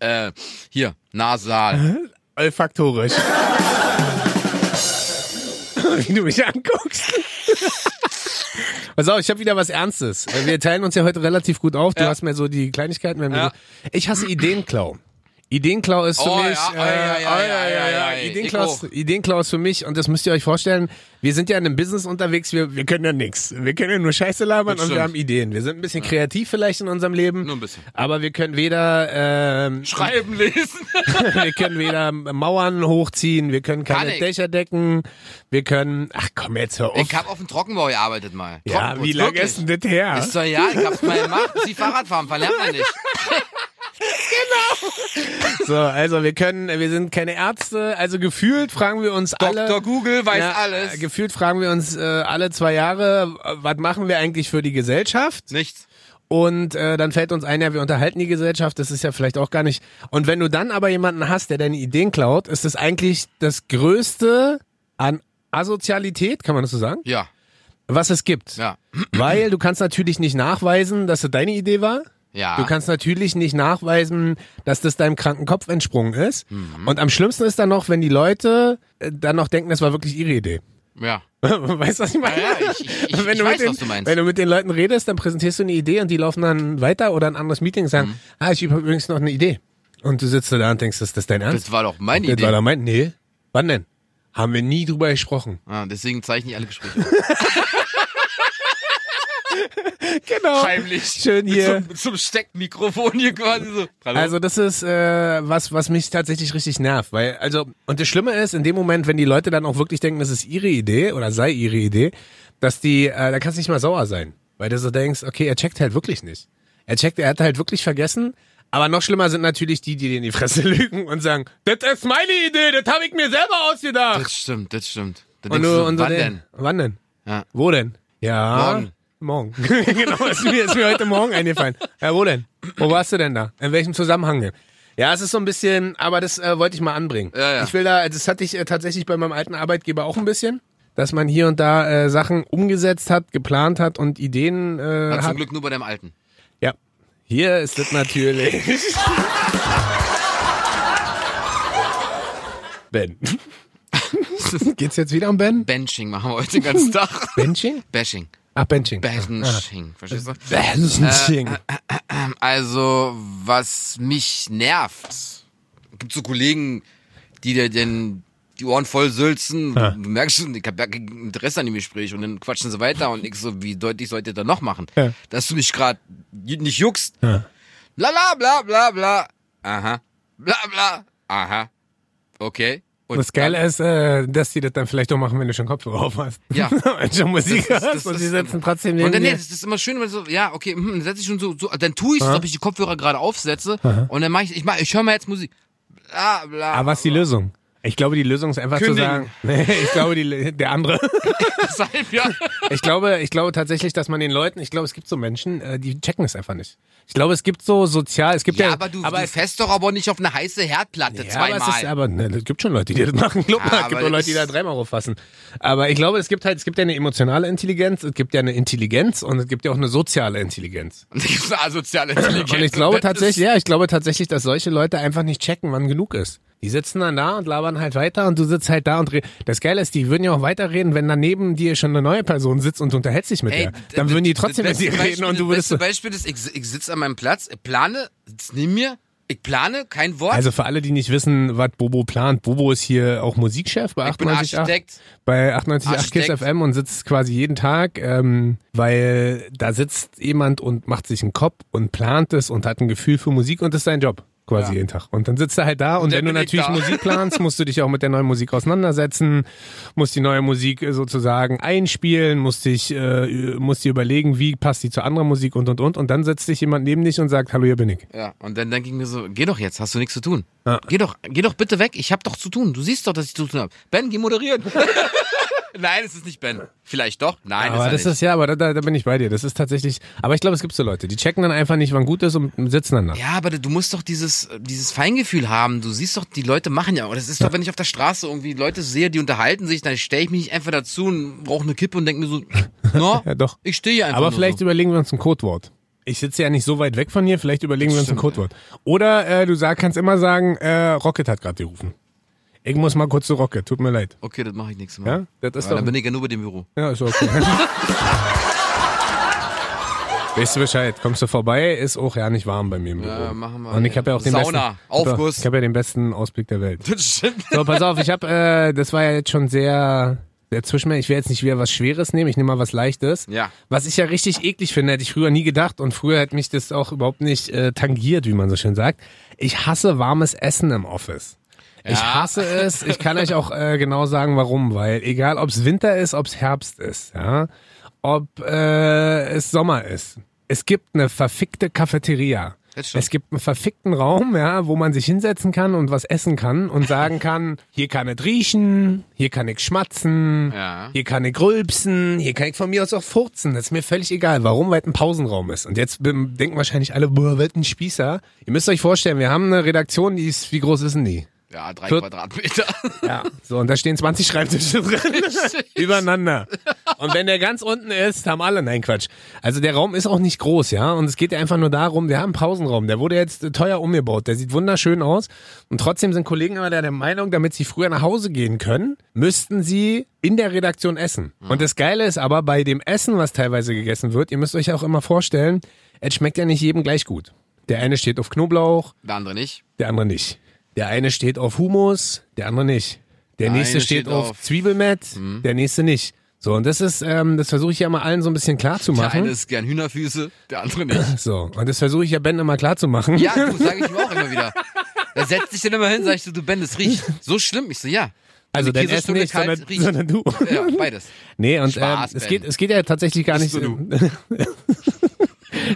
Speaker 2: Äh, hier, nasal.
Speaker 1: <laughs> olfaktorisch. Wie du mich anguckst. Pass auf, ich habe wieder was Ernstes. Wir teilen uns ja heute relativ gut auf. Du
Speaker 2: Ja.
Speaker 1: hast mir so die Kleinigkeiten. Wenn wir
Speaker 2: Ja.
Speaker 1: so, ich hasse Ideenklau. Ideenklau ist für
Speaker 2: Oh, ja,
Speaker 1: mich. äh,
Speaker 2: ei, ei, ei, ei, ei, ei,
Speaker 1: Ideenklau
Speaker 2: ich
Speaker 1: ist- Ideenklau ist für mich, und das müsst ihr euch vorstellen, wir sind ja in einem Business unterwegs, wir, wir können ja nichts. Wir können ja nur Scheiße labern
Speaker 2: Das
Speaker 1: und wir
Speaker 2: stimmt.
Speaker 1: haben Ideen. Wir sind ein bisschen kreativ vielleicht in unserem Leben.
Speaker 2: Nur ein bisschen.
Speaker 1: Aber wir können weder ähm,
Speaker 2: Schreiben,
Speaker 1: <laughs>
Speaker 2: lesen.
Speaker 1: wir können weder Mauern hochziehen, wir können keine
Speaker 2: Panik.
Speaker 1: Dächer decken, wir können. Ach komm, jetzt hör auf.
Speaker 2: Ich habe auf dem Trockenbau gearbeitet mal.
Speaker 1: Ja,
Speaker 2: Trockenputz,
Speaker 1: wie lange
Speaker 2: wirklich.
Speaker 1: ist denn das her?
Speaker 2: Ist doch ja, ich hab's mal gemacht. Sie Fahrradfahren, verlernt man nicht.
Speaker 1: so, also wir können, wir sind keine Ärzte, also gefühlt fragen wir uns <laughs> alle.
Speaker 2: Dr. Google weiß
Speaker 1: Ja, äh,
Speaker 2: alles.
Speaker 1: Gefühlt fragen wir uns äh, alle zwei Jahre, äh, was machen wir eigentlich für die Gesellschaft?
Speaker 2: Nichts.
Speaker 1: Und äh, dann fällt uns ein, ja, wir unterhalten die Gesellschaft, das ist ja vielleicht auch gar nicht. Und wenn du dann aber jemanden hast, der deine Ideen klaut, ist das eigentlich das Größte an Asozialität, kann man das so sagen,
Speaker 2: Ja,
Speaker 1: was es gibt.
Speaker 2: ja.
Speaker 1: Weil du kannst natürlich nicht nachweisen, dass das deine Idee war.
Speaker 2: Ja.
Speaker 1: Du kannst natürlich nicht nachweisen, dass das deinem kranken Kopf entsprungen ist.
Speaker 2: Mhm.
Speaker 1: Und am schlimmsten ist dann noch, wenn die Leute äh, dann noch denken, das war wirklich ihre Idee. <laughs>
Speaker 2: ja.
Speaker 1: weißt du, was ich meine?
Speaker 2: Ah, Ja, ja, ich- ich-
Speaker 1: <laughs> wenn
Speaker 2: ich-
Speaker 1: du
Speaker 2: ich
Speaker 1: mit
Speaker 2: weiß,
Speaker 1: den,
Speaker 2: was du meinst.
Speaker 1: Wenn du mit den Leuten redest, dann präsentierst du eine Idee und die laufen dann weiter oder ein anderes Meeting und sagen,
Speaker 2: Mhm.
Speaker 1: ah, ich habe übrigens noch eine Idee. Und du sitzt da und denkst, ist das dein Ernst?
Speaker 2: Das war doch meine
Speaker 1: Das war
Speaker 2: Idee.
Speaker 1: da mein, nee. Wann denn? Haben wir nie drüber gesprochen.
Speaker 2: Ah, deswegen zeichne ich alle Gespräche.
Speaker 1: <laughs> Genau.
Speaker 2: Heimlich.
Speaker 1: Schön hier.
Speaker 2: Mit so, mit so einem Steckmikrofon hier quasi so. Hallo?
Speaker 1: Also das ist äh, was, was mich tatsächlich richtig nervt, weil also und das Schlimme ist in dem Moment, wenn die Leute dann auch wirklich denken, das ist ihre Idee oder sei ihre Idee, dass die, äh, da kannst du nicht mal sauer sein, weil du so denkst, okay, er checkt halt wirklich nicht. Er checkt, er hat halt wirklich vergessen. Aber noch schlimmer sind natürlich die, die dir in die Fresse <laughs> lügen und sagen, das ist meine Idee, das habe ich mir selber ausgedacht.
Speaker 2: Das stimmt, das stimmt. Dann
Speaker 1: Und
Speaker 2: denkst
Speaker 1: du,
Speaker 2: du,
Speaker 1: und du
Speaker 2: wann
Speaker 1: denn?
Speaker 2: denn?
Speaker 1: Wann denn?
Speaker 2: Ja.
Speaker 1: Wo denn? Ja.
Speaker 2: Morgen.
Speaker 1: Morgen. <laughs> genau, ist mir, ist mir heute Morgen eingefallen. Ja, wo denn? Wo warst du denn da? In welchem Zusammenhang denn? Ja, es ist so ein bisschen, aber das äh, wollte ich mal anbringen.
Speaker 2: Ja, ja.
Speaker 1: Ich will da, das hatte ich äh, tatsächlich bei meinem alten Arbeitgeber auch ein bisschen, dass man hier und da äh, Sachen umgesetzt hat, geplant hat und Ideen äh,
Speaker 2: Zum
Speaker 1: hat.
Speaker 2: Glück nur bei deinem Alten.
Speaker 1: Ja, hier ist das
Speaker 2: <laughs>
Speaker 1: natürlich. ben. <laughs> Geht's jetzt wieder um Ben?
Speaker 2: Benching machen wir heute
Speaker 1: <laughs>
Speaker 2: den ganzen Tag.
Speaker 1: Benching?
Speaker 2: Bashing.
Speaker 1: Ach, Benching. Ah.
Speaker 2: Benching. Verstehst du? Äh,
Speaker 1: Benching.
Speaker 2: Also, was mich nervt, gibt so Kollegen, die dir denn die Ohren voll sülzen.
Speaker 1: Ah.
Speaker 2: Du, du merkst schon, ich habe ja kein Interesse an dem Gespräch und dann quatschen sie weiter und ich so, wie deutlich sollt ihr da noch machen?
Speaker 1: Ja.
Speaker 2: Dass du mich gerade nicht juckst.
Speaker 1: Ja.
Speaker 2: Bla bla bla bla bla. Aha. Bla bla. Aha. Okay. Und
Speaker 1: Das Geile ist, äh, dass die das dann vielleicht auch machen, wenn du schon Kopfhörer auf hast.
Speaker 2: Ja.
Speaker 1: <laughs> Wenn schon Musik
Speaker 2: Das ist- das
Speaker 1: hast und
Speaker 2: ist-
Speaker 1: sie sitzen trotzdem neben
Speaker 2: Und dann, nee,
Speaker 1: dir.
Speaker 2: das ist immer schön, wenn so, ja, okay, hm, dann setze ich schon so, so dann tue ich es, ob ich die Kopfhörer gerade aufsetze und dann mache ich, ich, mach, ich höre mal jetzt Musik. Bla, bla. <laughs>
Speaker 1: Aber Ah, was ist die Lösung? Ich glaube, die Lösung ist einfach zu
Speaker 2: Kündigen.
Speaker 1: sagen, <laughs> nee, ich glaube, die, Lö- der
Speaker 2: <laughs>
Speaker 1: andere.
Speaker 2: Deshalb, ja.
Speaker 1: Ich glaube, ich glaube tatsächlich, dass man den Leuten, ich glaube, es gibt so Menschen, äh, die checken es einfach nicht. Ich glaube, es gibt so sozial, es gibt <laughs> ja,
Speaker 2: ja, aber du, du
Speaker 1: es-
Speaker 2: fährst doch aber nicht auf eine heiße Herdplatte
Speaker 1: ja,
Speaker 2: zweimal.
Speaker 1: aber es ist, aber ne, es gibt schon Leute, die das machen. Glaub mal,
Speaker 2: Ja,
Speaker 1: es gibt
Speaker 2: aber
Speaker 1: auch Leute,
Speaker 2: das-
Speaker 1: die da dreimal rauffassen. Aber ich glaube, es gibt halt, es gibt ja eine emotionale Intelligenz, es gibt ja eine Intelligenz und es gibt ja auch eine soziale Intelligenz.
Speaker 2: und <laughs> das ist eine asoziale Intelligenz.
Speaker 1: Und ich glaube
Speaker 2: Das ist-
Speaker 1: tatsächlich, ja, ich glaube tatsächlich, dass solche Leute einfach nicht checken, wann genug ist. Die sitzen dann da und labern halt weiter und du sitzt halt da und re- das Geile ist, die würden ja auch weiterreden, wenn daneben dir schon eine neue Person sitzt und du unterhältst dich mit
Speaker 2: Ey,
Speaker 1: der. Dann würden die trotzdem mit
Speaker 2: das
Speaker 1: dir
Speaker 2: beste
Speaker 1: reden und
Speaker 2: Beispiel-
Speaker 1: du würdest so,
Speaker 2: Das beste Beispiel ist, ich, ich sitze an meinem Platz, ich plane, sitz neben mir, ich plane, kein Wort.
Speaker 1: Also für alle, die nicht wissen, was Bobo plant, Bobo ist hier auch Musikchef bei
Speaker 2: ich bin
Speaker 1: 98.8
Speaker 2: Architekt.
Speaker 1: bei 98.8 Kiss
Speaker 2: Architekt.
Speaker 1: FM und sitzt quasi jeden Tag, ähm, weil da sitzt jemand und macht sich einen Kopf und plant es und hat ein Gefühl für Musik und das ist sein Job quasi jeden Tag. Und dann sitzt er halt da und,
Speaker 2: der
Speaker 1: wenn du
Speaker 2: bin ich
Speaker 1: natürlich
Speaker 2: da. <laughs>
Speaker 1: Musik planst, musst du dich auch mit der neuen Musik auseinandersetzen, musst die neue Musik äh, sozusagen einspielen, musst dich äh, musst dir überlegen, wie passt die zu anderer Musik und und und und dann setzt dich jemand neben dich und sagt, hallo, hier bin ich.
Speaker 2: Ja, und dann denke ich mir so, geh doch jetzt, hast du nichts zu tun.
Speaker 1: Ja.
Speaker 2: Geh doch, geh doch bitte weg, ich hab doch zu tun. Du siehst doch, dass ich zu tun habe. Ben, geh moderieren. <laughs> Nein, es ist nicht Ben. Vielleicht doch? Nein,
Speaker 1: Aber
Speaker 2: ist
Speaker 1: das
Speaker 2: er nicht.
Speaker 1: ist ja, aber da, da, da bin ich bei dir. Das ist tatsächlich. Aber ich glaube, es gibt so Leute, die checken dann einfach nicht, wann gut ist und sitzen dann da.
Speaker 2: ja, aber du musst doch dieses, dieses Feingefühl haben. Du siehst doch, die Leute machen ja. Und das ist doch, wenn ich auf der Straße irgendwie Leute sehe, die unterhalten sich, dann stelle ich mich nicht einfach dazu und rauche eine Kippe und denke mir
Speaker 1: <laughs>
Speaker 2: so, no,
Speaker 1: Ja, doch.
Speaker 2: ich stehe hier einfach.
Speaker 1: aber
Speaker 2: nur
Speaker 1: vielleicht
Speaker 2: so.
Speaker 1: überlegen wir uns ein Codewort. Ich sitze ja nicht so weit weg von hier, vielleicht überlegen wir uns ein Codewort. Oder äh, du sag, kannst immer sagen, äh, Rocket hat gerade gerufen. Ich muss mal kurz zu Rocket, tut mir leid.
Speaker 2: Okay, das mache ich nächstes Mal.
Speaker 1: Ja, das ist
Speaker 2: Weil
Speaker 1: doch-
Speaker 2: dann bin ich ja nur bei dem
Speaker 1: <laughs>
Speaker 2: Büro.
Speaker 1: Ja, ist okay. Weißt du Bescheid, kommst du vorbei, ist auch ja nicht warm bei mir im Büro.
Speaker 2: Ja, machen wir.
Speaker 1: Und ich habe ja auch den
Speaker 2: Sauna,
Speaker 1: besten
Speaker 2: Aufguss.
Speaker 1: Ich habe ja den besten Ausblick der Welt.
Speaker 2: Das stimmt.
Speaker 1: So, pass auf, ich habe, äh, das war ja jetzt schon sehr, sehr zwischenmäßig. Ich will jetzt nicht wieder was Schweres nehmen, ich nehme mal was Leichtes.
Speaker 2: Ja.
Speaker 1: Was ich ja richtig eklig finde, hätte ich früher nie gedacht und früher hätte mich das auch überhaupt nicht äh, tangiert, wie man so schön sagt. Ich hasse warmes Essen im Office. Ich
Speaker 2: Ja.
Speaker 1: hasse es. Ich kann euch auch äh, genau sagen, warum. Weil egal, ob es Winter ist, ob es Herbst ist, ja, ob äh, es Sommer ist. Es gibt eine verfickte Cafeteria.
Speaker 2: Das stimmt.
Speaker 1: Es gibt einen verfickten Raum, ja, wo man sich hinsetzen kann und was essen kann und sagen kann, hier kann ich riechen, hier kann ich schmatzen,
Speaker 2: Ja.
Speaker 1: hier kann ich rülpsen, hier kann ich von mir aus auch furzen. Das ist mir völlig egal, warum, weil es ein Pausenraum ist. Und jetzt bin- denken wahrscheinlich alle, boah, wird ein Spießer. Ihr müsst euch vorstellen, wir haben eine Redaktion, die ist, wie groß ist denn die?
Speaker 2: Ja, drei
Speaker 1: Viert-
Speaker 2: Quadratmeter. <laughs>
Speaker 1: Ja. So, und da stehen 20 Schreibtische drin. Übereinander. Und wenn der ganz unten ist, haben alle, nein, Quatsch. Also der Raum ist auch nicht groß, ja. Und es geht ja einfach nur darum, wir haben einen Pausenraum. Der wurde jetzt äh, teuer umgebaut. Der sieht wunderschön aus. Und trotzdem sind Kollegen immer der Meinung, damit sie früher nach Hause gehen können, müssten sie in der Redaktion essen. Und das Geile ist aber, bei dem Essen, was teilweise gegessen wird, ihr müsst euch auch immer vorstellen, es schmeckt ja nicht jedem gleich gut. Der eine steht auf Knoblauch,
Speaker 2: Der andere nicht.
Speaker 1: der andere nicht. Der eine steht auf Humus, der andere nicht. Der
Speaker 2: Der
Speaker 1: nächste
Speaker 2: eine
Speaker 1: steht,
Speaker 2: steht
Speaker 1: auf,
Speaker 2: auf- Mhm.
Speaker 1: Zwiebelmett, der nächste nicht. So, und das ist, ähm, das versuche ich ja mal allen so ein bisschen klar zu
Speaker 2: Der eine
Speaker 1: machen.
Speaker 2: ist gern Hühnerfüße, der andere nicht.
Speaker 1: So, und das versuche ich ja Ben immer klar zu machen.
Speaker 2: <laughs> Ja, du, sag ich ihm auch immer wieder. Er setzt sich dann immer hin, sag ich so, du Ben, das riecht so schlimm. Ich so, ja.
Speaker 1: also
Speaker 2: Wenn
Speaker 1: dein
Speaker 2: die
Speaker 1: Essen
Speaker 2: Käsestunde
Speaker 1: nicht,
Speaker 2: kalt
Speaker 1: sondern,
Speaker 2: riecht.
Speaker 1: sondern
Speaker 2: <laughs>
Speaker 1: du.
Speaker 2: Ja, beides.
Speaker 1: Nee, und ähm,
Speaker 2: Spaß,
Speaker 1: es,
Speaker 2: Ben.
Speaker 1: geht, es geht ja tatsächlich gar nicht.
Speaker 2: Bist nur
Speaker 1: ähm, um <laughs>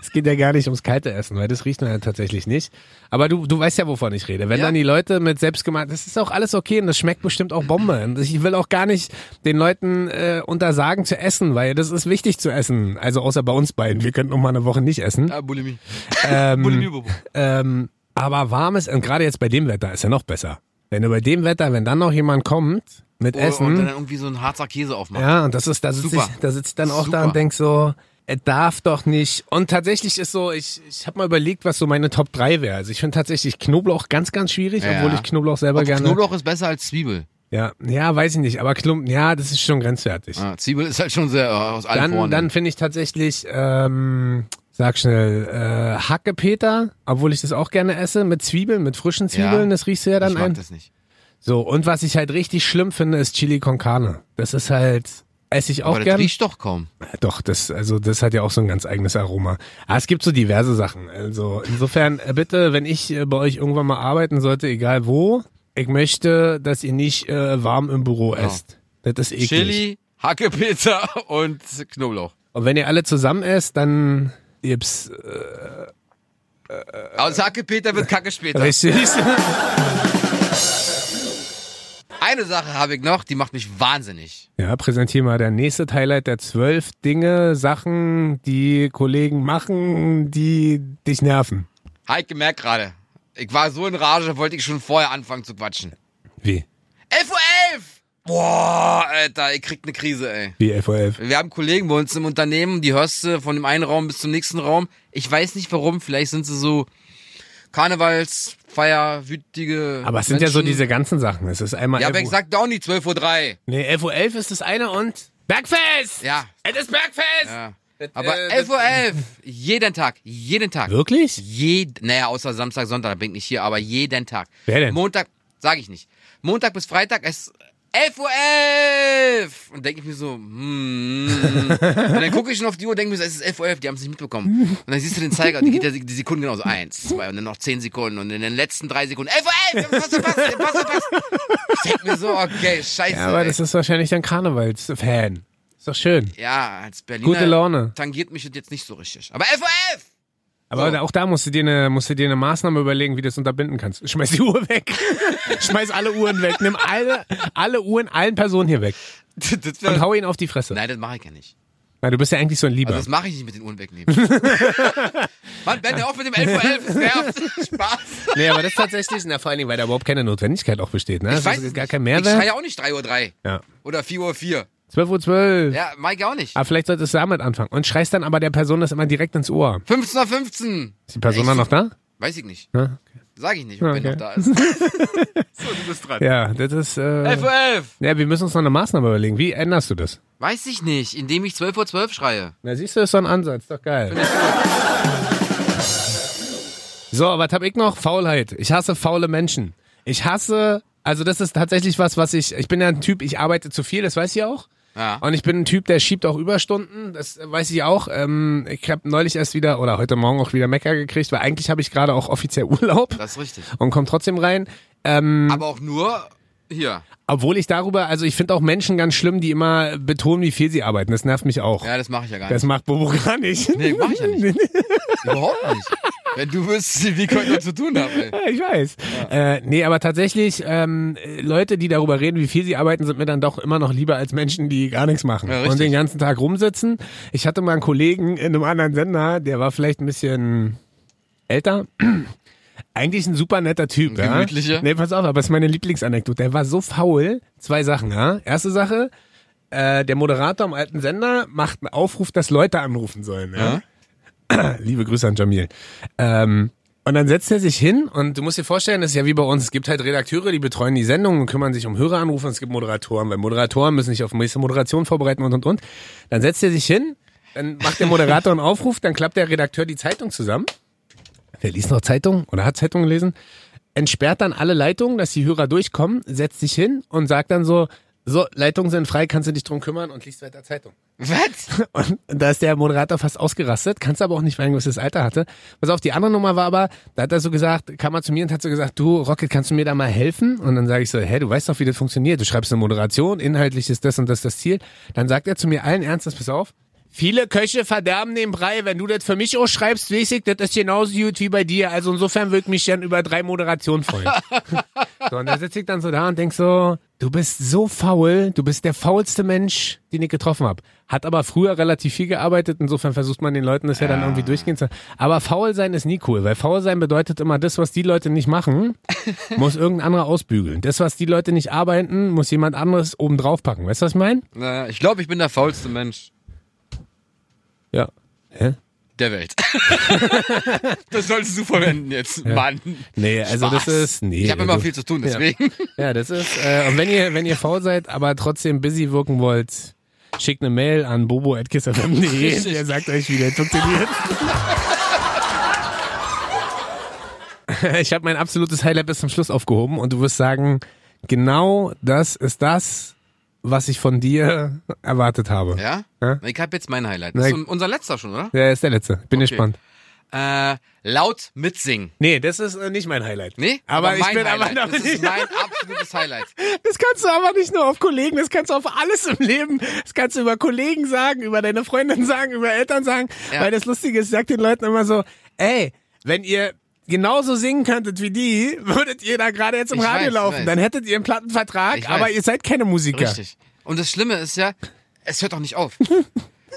Speaker 1: es geht ja gar nicht ums kalte Essen, weil das riecht man ja tatsächlich nicht. Aber du, du weißt ja, wovon ich rede. Wenn
Speaker 2: Ja.
Speaker 1: dann die Leute mit selbstgemacht, das ist auch alles okay und das schmeckt bestimmt auch Bombe. Und ich will auch gar nicht den Leuten äh, untersagen zu essen, weil das ist wichtig zu essen. Also außer bei uns beiden. Wir könnten noch mal eine Woche nicht essen.
Speaker 2: Ah, Bulimie. Bulimie,
Speaker 1: Ähm,
Speaker 2: Bobo.
Speaker 1: ähm, aber warmes, und gerade jetzt bei dem Wetter ist ja noch besser. Wenn du bei dem Wetter, wenn dann noch jemand kommt mit Essen.
Speaker 2: Oh, Und dann irgendwie so einen Harzer Käse aufmachen.
Speaker 1: Ja, und das ist, da sitze ich,
Speaker 2: Super.
Speaker 1: da sitz ich dann auch da
Speaker 2: Super.
Speaker 1: und denk so, er darf doch nicht. Und tatsächlich ist so, ich, ich habe mal überlegt, was so meine Top 3 wäre. Also ich finde tatsächlich Knoblauch ganz, ganz schwierig,
Speaker 2: Ja.
Speaker 1: obwohl ich Knoblauch selber
Speaker 2: Obwohl
Speaker 1: gerne.
Speaker 2: Knoblauch ist besser als Zwiebel.
Speaker 1: Ja, ja, weiß ich nicht, aber Klumpen, ja, das ist schon grenzwertig.
Speaker 2: Ah, Zwiebel ist halt schon sehr äh, aus allen
Speaker 1: Dann,
Speaker 2: Poren.
Speaker 1: dann finde ich tatsächlich, ähm, sag schnell, äh, Hackepeter, obwohl ich das auch gerne esse, mit Zwiebeln, mit frischen Zwiebeln,
Speaker 2: Ja.
Speaker 1: das riechst du ja
Speaker 2: ich
Speaker 1: dann
Speaker 2: mag
Speaker 1: ein.
Speaker 2: das nicht.
Speaker 1: So, und was ich halt richtig schlimm finde, ist Chili con Carne. Das ist halt, esse ich auch
Speaker 2: Aber das
Speaker 1: gerne.
Speaker 2: riecht doch kaum.
Speaker 1: Doch, das, also das hat ja auch so ein ganz eigenes Aroma. Aber es gibt so diverse Sachen. Also insofern äh, bitte, wenn ich äh, bei euch irgendwann mal arbeiten sollte, egal wo, ich möchte, dass ihr nicht äh, warm im Büro esst. Das ist eklig.
Speaker 2: Chili, Hackepizza <laughs> und Knoblauch.
Speaker 1: Und wenn ihr alle zusammen esst, dann gibt's
Speaker 2: Aus Hackepeter Also wird Kacke später.
Speaker 1: Äh, <laughs> richtig.
Speaker 2: Eine Sache habe ich noch, die macht mich wahnsinnig.
Speaker 1: Ja, präsentier mal der nächste Highlight der zwölf Dinge, Sachen, die Kollegen machen, die dich nerven.
Speaker 2: Hab ich gemerkt gerade. Ich war so in Rage, wollte ich schon vorher anfangen zu quatschen.
Speaker 1: Wie?
Speaker 2: 11.11 Uhr! Boah, Alter, ich krieg eine Krise, ey.
Speaker 1: Wie FOF.
Speaker 2: Wir haben Kollegen bei uns im Unternehmen, die hörst du von dem einen Raum bis zum nächsten Raum. Ich weiß nicht warum, vielleicht sind sie so Karnevalsfeierwütige.
Speaker 1: Aber es sind ja so
Speaker 2: Menschen.
Speaker 1: diese ganzen Sachen. Es ist einmal
Speaker 2: Ja, aber
Speaker 1: FOF.
Speaker 2: ich sag doch nicht 12.03 Uhr.
Speaker 1: Nee, 11.11 Uhr ist das eine und Bergfest!
Speaker 2: Ja.
Speaker 1: Es ist Bergfest!
Speaker 2: Ja. Aber
Speaker 1: äh,
Speaker 2: 11.11 Uhr, jeden Tag, jeden Tag.
Speaker 1: Wirklich?
Speaker 2: Jed, naja, außer Samstag, Sonntag, da bin ich nicht hier, aber jeden Tag.
Speaker 1: Wer denn?
Speaker 2: Montag, sage ich nicht. Montag bis Freitag ist 11.11 Uhr. 11. Und denke ich mir so, hm. Und dann gucke ich schon auf die Uhr und denke mir so, es ist 11.11 Uhr, die haben es nicht mitbekommen. Und dann siehst du den Zeiger, die geht ja die Sekunden genauso. Eins, zwei und dann noch zehn Sekunden und in den letzten drei Sekunden 11.11 Uhr, 11, passt, passt, passt, passt. Ich denke mir so, okay, scheiße.
Speaker 1: Ja, aber
Speaker 2: ey.
Speaker 1: das ist wahrscheinlich dann Karnevalsfan. Ist doch schön.
Speaker 2: ja, als Berliner
Speaker 1: Gute Laune.
Speaker 2: tangiert mich das jetzt nicht so richtig. Aber 11.11 Uhr! 11.
Speaker 1: Aber
Speaker 2: So.
Speaker 1: auch da musst du, dir eine, musst du dir eine Maßnahme überlegen, wie du das unterbinden kannst. Schmeiß die Uhr
Speaker 2: <laughs>
Speaker 1: weg. Schmeiß alle Uhren weg. Nimm alle, alle Uhren allen Personen hier weg.
Speaker 2: Das wär-
Speaker 1: Und hau ihn auf die Fresse.
Speaker 2: Nein, das mache ich ja nicht.
Speaker 1: Weil du bist ja eigentlich so ein Lieber.
Speaker 2: Also das mache ich nicht mit den Uhren wegnehmen. <laughs> Mann, Ben, hör auf mit dem 11 Uhr 11, es nervt. Spaß.
Speaker 1: nee, aber das ist tatsächlich, na, vor allen Dingen, weil da überhaupt keine Notwendigkeit auch besteht. Ne?
Speaker 2: Ich
Speaker 1: Das
Speaker 2: weiß
Speaker 1: ist
Speaker 2: es
Speaker 1: gar
Speaker 2: nicht.
Speaker 1: kein
Speaker 2: Ich
Speaker 1: Mehrwert.
Speaker 2: schreie auch nicht 3 Uhr 3
Speaker 1: Ja.
Speaker 2: oder 4 Uhr 4.
Speaker 1: 12.12 Uhr. 12.
Speaker 2: Ja, Mike auch nicht.
Speaker 1: Aber vielleicht solltest du damit anfangen. Und schreist dann aber der Person das immer direkt ins Ohr.
Speaker 2: 15 Uhr 15.
Speaker 1: Ist die Person dann noch da?
Speaker 2: Weiß ich nicht.
Speaker 1: Ja.
Speaker 2: Sag ich nicht, ob
Speaker 1: Okay.
Speaker 2: Ben noch da ist.
Speaker 1: <laughs>
Speaker 2: so, du bist dran.
Speaker 1: Ja, das ist. Äh,
Speaker 2: 11 Uhr 11.
Speaker 1: ja, wir müssen uns noch eine Maßnahme überlegen. Wie änderst du das?
Speaker 2: Weiß ich nicht, indem ich 12 Uhr 12 schreie.
Speaker 1: Na, siehst du, ist so ein Ansatz, doch geil. So, was hab ich noch? Faulheit. Ich hasse faule Menschen. Ich hasse, also das ist tatsächlich was, was ich, ich bin ja ein Typ, ich arbeite zu viel, das weiß ich auch.
Speaker 2: Ja.
Speaker 1: Und ich bin ein Typ, der schiebt auch Überstunden, das weiß ich auch. Ähm, ich habe neulich erst wieder oder heute Morgen auch wieder Mecker gekriegt, weil eigentlich habe ich gerade auch offiziell <laughs> Urlaub
Speaker 2: Das ist richtig.
Speaker 1: und komme trotzdem rein. Hm.
Speaker 2: Aber auch nur hier.
Speaker 1: Obwohl ich darüber, also ich finde auch Menschen ganz schlimm, die immer betonen, wie viel sie arbeiten. Das nervt mich auch.
Speaker 2: Ja, das mache ich ja gar nicht.
Speaker 1: Das macht Bobo <laughs> gar nicht.
Speaker 2: Nee, mach ich
Speaker 1: <laughs>
Speaker 2: ja nicht. Überhaupt nicht. Wenn du wüsstest, wie könnte das zu tun haben, ey.
Speaker 1: Ja, Ich weiß. Äh, nee, aber tatsächlich, ähm, Leute, die darüber reden, wie viel sie arbeiten, sind mir dann doch immer noch lieber als Menschen, die gar nichts machen
Speaker 2: Ja, richtig.
Speaker 1: und den ganzen Tag rumsitzen. Ich hatte mal einen Kollegen in einem anderen Sender, der war vielleicht ein bisschen älter. <clears throat> Eigentlich ein super netter Typ.
Speaker 2: Ein
Speaker 1: Ja?
Speaker 2: gemütlicher.
Speaker 1: Nee, pass auf, aber das ist meine Lieblingsanekdote. Der war so faul. Zwei Sachen, ja. Erste Sache, äh, der Moderator im alten Sender macht einen Aufruf, dass Leute anrufen sollen. Ja? <clears throat> Liebe Grüße an Jamil. Ähm, und dann setzt er sich hin und du musst dir vorstellen, das ist ja wie bei uns. Es gibt halt Redakteure, die betreuen die Sendung und kümmern sich um Höreranrufe und es gibt Moderatoren, weil Moderatoren müssen sich auf nächste Moderation vorbereiten und und und. Dann setzt er sich hin, dann macht der Moderator einen Aufruf, dann klappt der Redakteur die Zeitung zusammen. Wer liest noch Zeitung oder hat Zeitung gelesen? Entsperrt dann alle Leitungen, dass die Hörer durchkommen, setzt sich hin und sagt dann so, so, Leitungen sind frei, kannst du dich drum kümmern und liest weiter Zeitung.
Speaker 2: Was?
Speaker 1: <laughs> Und da ist der Moderator fast ausgerastet, kannst aber auch nicht, weil er ein gewisses Alter hatte. Pass auf, die andere Nummer war aber, da hat er so gesagt, kam er zu mir und hat so gesagt, du Rocket, kannst du mir da mal helfen? Und dann sage ich so, hä, du weißt doch, wie das funktioniert. Du schreibst eine Moderation, inhaltlich ist das und das das Ziel. Dann sagt er zu mir allen Ernstes, pass auf, Viele Köche verderben den Brei. Wenn du das für mich auch schreibst, weiß ich, das ist genauso gut wie bei dir. Also insofern würde mich dann über drei Moderationen freuen. so, und da sitze ich dann so da und denk so, du bist so faul, du bist der faulste Mensch, den ich getroffen habe. Hat aber früher relativ viel gearbeitet, insofern versucht man den Leuten das ja, dann irgendwie durchgehen zu lassen. Aber faul sein ist nie cool, weil faul sein bedeutet immer, das, was die Leute nicht
Speaker 2: <laughs>
Speaker 1: machen, muss irgendein anderer ausbügeln. Das, was die Leute nicht arbeiten, muss jemand anderes oben drauf packen. Weißt du, was ich meine?
Speaker 2: Naja, ich glaube, ich bin der faulste Mensch
Speaker 1: Ja. Hä?
Speaker 2: der Welt. <laughs> das solltest du verwenden jetzt, Mann.
Speaker 1: Nee, also das
Speaker 2: Spaß.
Speaker 1: ist. Nee,
Speaker 2: Ich habe immer
Speaker 1: also-
Speaker 2: viel zu tun, deswegen.
Speaker 1: Ja, das ist. Äh, und wenn ihr, wenn ihr faul seid, aber trotzdem busy wirken wollt, schickt eine Mail an bobo.kissfm.de.
Speaker 2: Richtig.
Speaker 1: Der E sagt euch, wie der funktioniert. ich habe mein absolutes Highlight bis zum Schluss aufgehoben und du wirst sagen, genau das ist das, was ich von dir erwartet habe.
Speaker 2: Ja?
Speaker 1: Ja.
Speaker 2: Ich habe jetzt mein Highlight. Das ist
Speaker 1: Nein.
Speaker 2: unser letzter schon, oder?
Speaker 1: Der ist der letzte. Bin
Speaker 2: Okay.
Speaker 1: gespannt.
Speaker 2: Äh, laut mitsingen.
Speaker 1: Nee, das ist äh, nicht mein Highlight.
Speaker 2: Nee?
Speaker 1: aber, ich
Speaker 2: mein
Speaker 1: bin aber
Speaker 2: Highlight.
Speaker 1: damit
Speaker 2: Das ist mein absolutes Highlight.
Speaker 1: Das kannst du aber nicht nur auf Kollegen, das kannst du auf alles im Leben. Das kannst du über Kollegen sagen, über deine Freundin sagen, über Eltern sagen.
Speaker 2: Ja.
Speaker 1: Weil das Lustige ist, ich sag den Leuten immer so, ey, wenn ihr genauso singen könntet wie die, <laughs> würdet ihr da gerade jetzt im
Speaker 2: Ich
Speaker 1: Radio
Speaker 2: weiß,
Speaker 1: laufen.
Speaker 2: weiß.
Speaker 1: Dann hättet ihr einen Plattenvertrag,
Speaker 2: Ich
Speaker 1: aber
Speaker 2: weiß.
Speaker 1: ihr seid keine Musiker.
Speaker 2: Richtig. Und das Schlimme ist ja, es hört auch
Speaker 1: <laughs>
Speaker 2: nicht auf.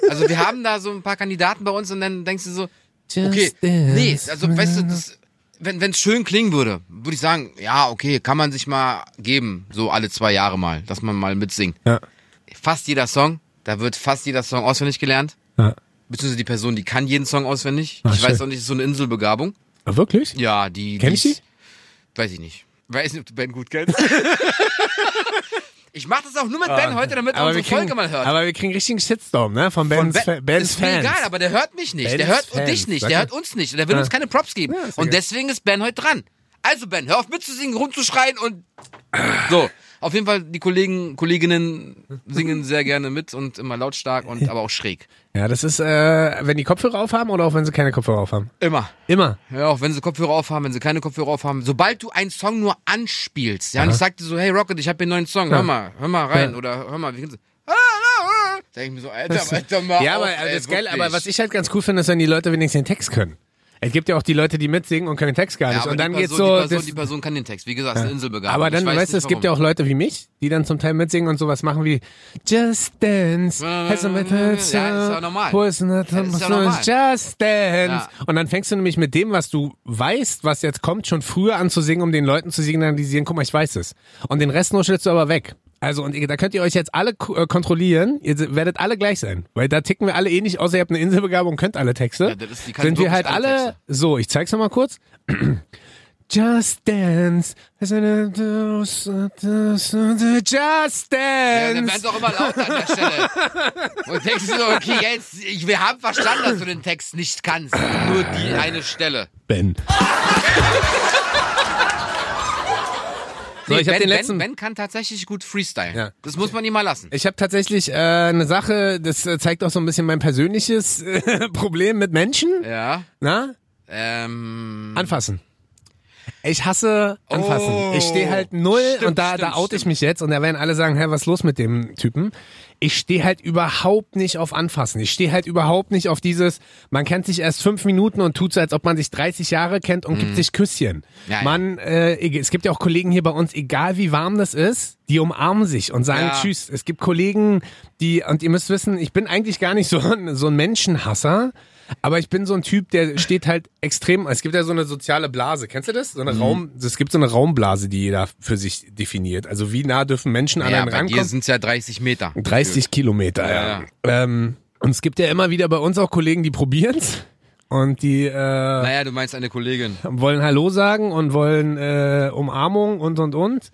Speaker 2: Also wir haben da so ein paar Kandidaten bei uns und dann denkst du so, okay, nee, also weißt du, das, wenn es schön klingen würde, würde ich sagen, ja, okay, kann man sich mal geben, so alle zwei Jahre mal, dass man mal mitsingt.
Speaker 1: Ja.
Speaker 2: Fast jeder Song, da wird fast jeder Song auswendig gelernt.
Speaker 1: Ja.
Speaker 2: Beziehungsweise die Person, die kann jeden Song auswendig.
Speaker 1: Ah,
Speaker 2: ich
Speaker 1: schön.
Speaker 2: weiß auch nicht, ist so eine Inselbegabung.
Speaker 1: Ah, Wirklich?
Speaker 2: Ja, die.
Speaker 1: Kenn ich
Speaker 2: die ist-
Speaker 1: die?
Speaker 2: Weiß ich nicht. Weiß nicht, ob du Ben
Speaker 1: <laughs>
Speaker 2: gut kennst. ich mach das auch nur mit Ben heute, damit er
Speaker 1: Ah, Aber wir,
Speaker 2: unsere
Speaker 1: kriegen,
Speaker 2: Folge mal hört.
Speaker 1: aber wir kriegen richtigen Shitstorm, ne? Von Bens,
Speaker 2: Ben-
Speaker 1: Fa- Bens
Speaker 2: ist mir
Speaker 1: Fans.
Speaker 2: egal, aber der hört mich nicht. der
Speaker 1: Bens
Speaker 2: hört
Speaker 1: Fans,
Speaker 2: dich nicht.
Speaker 1: sag
Speaker 2: Der
Speaker 1: ja.
Speaker 2: hört uns nicht. Der will uns keine Props geben.
Speaker 1: Ja, ist
Speaker 2: und
Speaker 1: egal.
Speaker 2: deswegen ist Ben heute dran. Also Ben, hör auf mitzusingen, rumzuschreien und <clears throat> so. Auf jeden Fall, die Kollegen, Kolleginnen singen sehr gerne mit und immer lautstark und aber auch schräg.
Speaker 1: Ja, das ist, äh, wenn die Kopfhörer aufhaben oder auch wenn sie keine Kopfhörer aufhaben.
Speaker 2: Immer.
Speaker 1: Immer.
Speaker 2: Ja, auch wenn sie Kopfhörer aufhaben, wenn sie keine Kopfhörer aufhaben. Sobald du einen Song nur anspielst, ja, und ich sagte so, hey Rocket, ich habe einen neuen Song, hör mal, hör mal rein
Speaker 1: Ja.
Speaker 2: oder hör mal, wie geht's? Ah, ah, ah. Sag ich mir so, Alter, Alter, mal
Speaker 1: Ja,
Speaker 2: auf,
Speaker 1: aber also
Speaker 2: ey,
Speaker 1: das ist geil,
Speaker 2: wirklich.
Speaker 1: aber was ich halt ganz cool finde, ist, wenn die Leute wenigstens den Text können. Es gibt ja auch die Leute, die mitsingen und können den Text gar
Speaker 2: ja,
Speaker 1: nicht.
Speaker 2: aber
Speaker 1: und
Speaker 2: Also die
Speaker 1: dann geht's
Speaker 2: Person,
Speaker 1: so.
Speaker 2: Die Person,
Speaker 1: das,
Speaker 2: die Person kann den Text, wie gesagt, ist eine Inselbegabung.
Speaker 1: aber dann,
Speaker 2: ich weiß
Speaker 1: weißt du,
Speaker 2: nicht,
Speaker 1: es gibt ja auch
Speaker 2: warum.
Speaker 1: Leute wie mich, die dann zum Teil mitsingen und sowas machen wie Just Dance.
Speaker 2: Ja,
Speaker 1: has a method
Speaker 2: ist ja normal.
Speaker 1: Who is not
Speaker 2: Ja, ist ja normal.
Speaker 1: Just Dance.
Speaker 2: Ja.
Speaker 1: Und dann fängst du nämlich mit dem, was du weißt, was jetzt kommt, schon früher an zu singen, um den Leuten zu signalisieren, guck mal, ich weiß es. Und den Rest nuschelst du aber weg. Also, und ihr, da könnt ihr euch jetzt alle ko- äh, kontrollieren. Ihr se- werdet alle gleich sein. Weil da ticken wir alle eh nicht, außer ihr habt eine Inselbegabung und könnt alle Texte.
Speaker 2: Ja, das ist- die kann
Speaker 1: Sind wir
Speaker 2: wirklich
Speaker 1: halt
Speaker 2: alle
Speaker 1: alle,
Speaker 2: Texte.
Speaker 1: so, ich zeig's nochmal kurz. Just Dance. Just
Speaker 2: Ja, dann werden
Speaker 1: Dance.
Speaker 2: sie auch immer lauter an der Stelle.
Speaker 1: <laughs>
Speaker 2: Und denkst du so, okay, jetzt, ich, wir haben verstanden, dass du den Text nicht kannst. Nur die eine Stelle.
Speaker 1: Ben. So,
Speaker 2: Nee,
Speaker 1: ich habe
Speaker 2: ben,
Speaker 1: den letzten.
Speaker 2: ben, ben kann tatsächlich gut Freestyle.
Speaker 1: Ja.
Speaker 2: Das muss man ihm mal lassen.
Speaker 1: Ich habe tatsächlich äh, eine Sache, das äh, zeigt auch so ein bisschen mein persönliches <laughs> äh, Problem mit Menschen.
Speaker 2: Ja.
Speaker 1: Na?
Speaker 2: Ähm,
Speaker 1: Anfassen. Ich hasse anfassen.
Speaker 2: Oh.
Speaker 1: ich stehe halt null
Speaker 2: Stimmt,
Speaker 1: und da,
Speaker 2: stimmt,
Speaker 1: da oute ich
Speaker 2: stimmt.
Speaker 1: mich jetzt und da werden alle sagen, hä, was ist los mit dem Typen? Ich stehe halt überhaupt nicht auf anfassen. Ich stehe halt überhaupt nicht auf dieses, man kennt sich erst fünf Minuten und tut so, als ob man sich 30 Jahre kennt und gibt sich Küsschen.
Speaker 2: Mm. Ja, ja.
Speaker 1: man, äh, eg- es gibt ja auch Kollegen hier bei uns, egal wie warm das ist, die umarmen sich und sagen
Speaker 2: Ja.
Speaker 1: Tschüss. Es gibt Kollegen, die, und ihr müsst wissen, ich bin eigentlich gar nicht so ein, so ein Menschenhasser, aber ich bin so ein Typ, der steht halt extrem, es gibt ja so eine soziale Blase, kennst du das? So
Speaker 2: Mhm.
Speaker 1: eine Raum, es gibt so eine Raumblase, die jeder für sich definiert. Also wie nah dürfen Menschen an
Speaker 2: ja,
Speaker 1: einen
Speaker 2: bei dir
Speaker 1: rankommen?
Speaker 2: sind es ja 30 Meter.
Speaker 1: 30 Kilometer, ja. Ähm, und es gibt ja immer wieder bei uns auch Kollegen, die probieren's und die äh,
Speaker 2: Naja, du meinst eine Kollegin.
Speaker 1: wollen Hallo sagen und wollen äh, Umarmung und und und.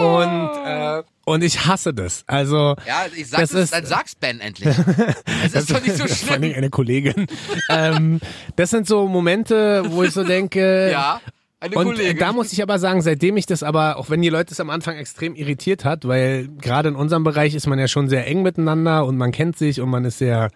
Speaker 1: Und, äh, und ich hasse das. Also
Speaker 2: Ja, ich sag
Speaker 1: Das
Speaker 2: es,
Speaker 1: ist-
Speaker 2: dann sag's
Speaker 1: <laughs>
Speaker 2: Ben endlich. Es ist doch nicht
Speaker 1: vor allen
Speaker 2: so schlimm.
Speaker 1: Dingen eine Kollegin. ähm, das sind so Momente, wo ich so denke.
Speaker 2: <laughs> Ja, eine
Speaker 1: Und äh,
Speaker 2: Kollegin.
Speaker 1: da muss ich aber sagen, seitdem ich das aber, auch wenn die Leute es am Anfang extrem irritiert hat, weil gerade in unserem Bereich ist man ja schon sehr eng miteinander und man kennt sich und man ist sehr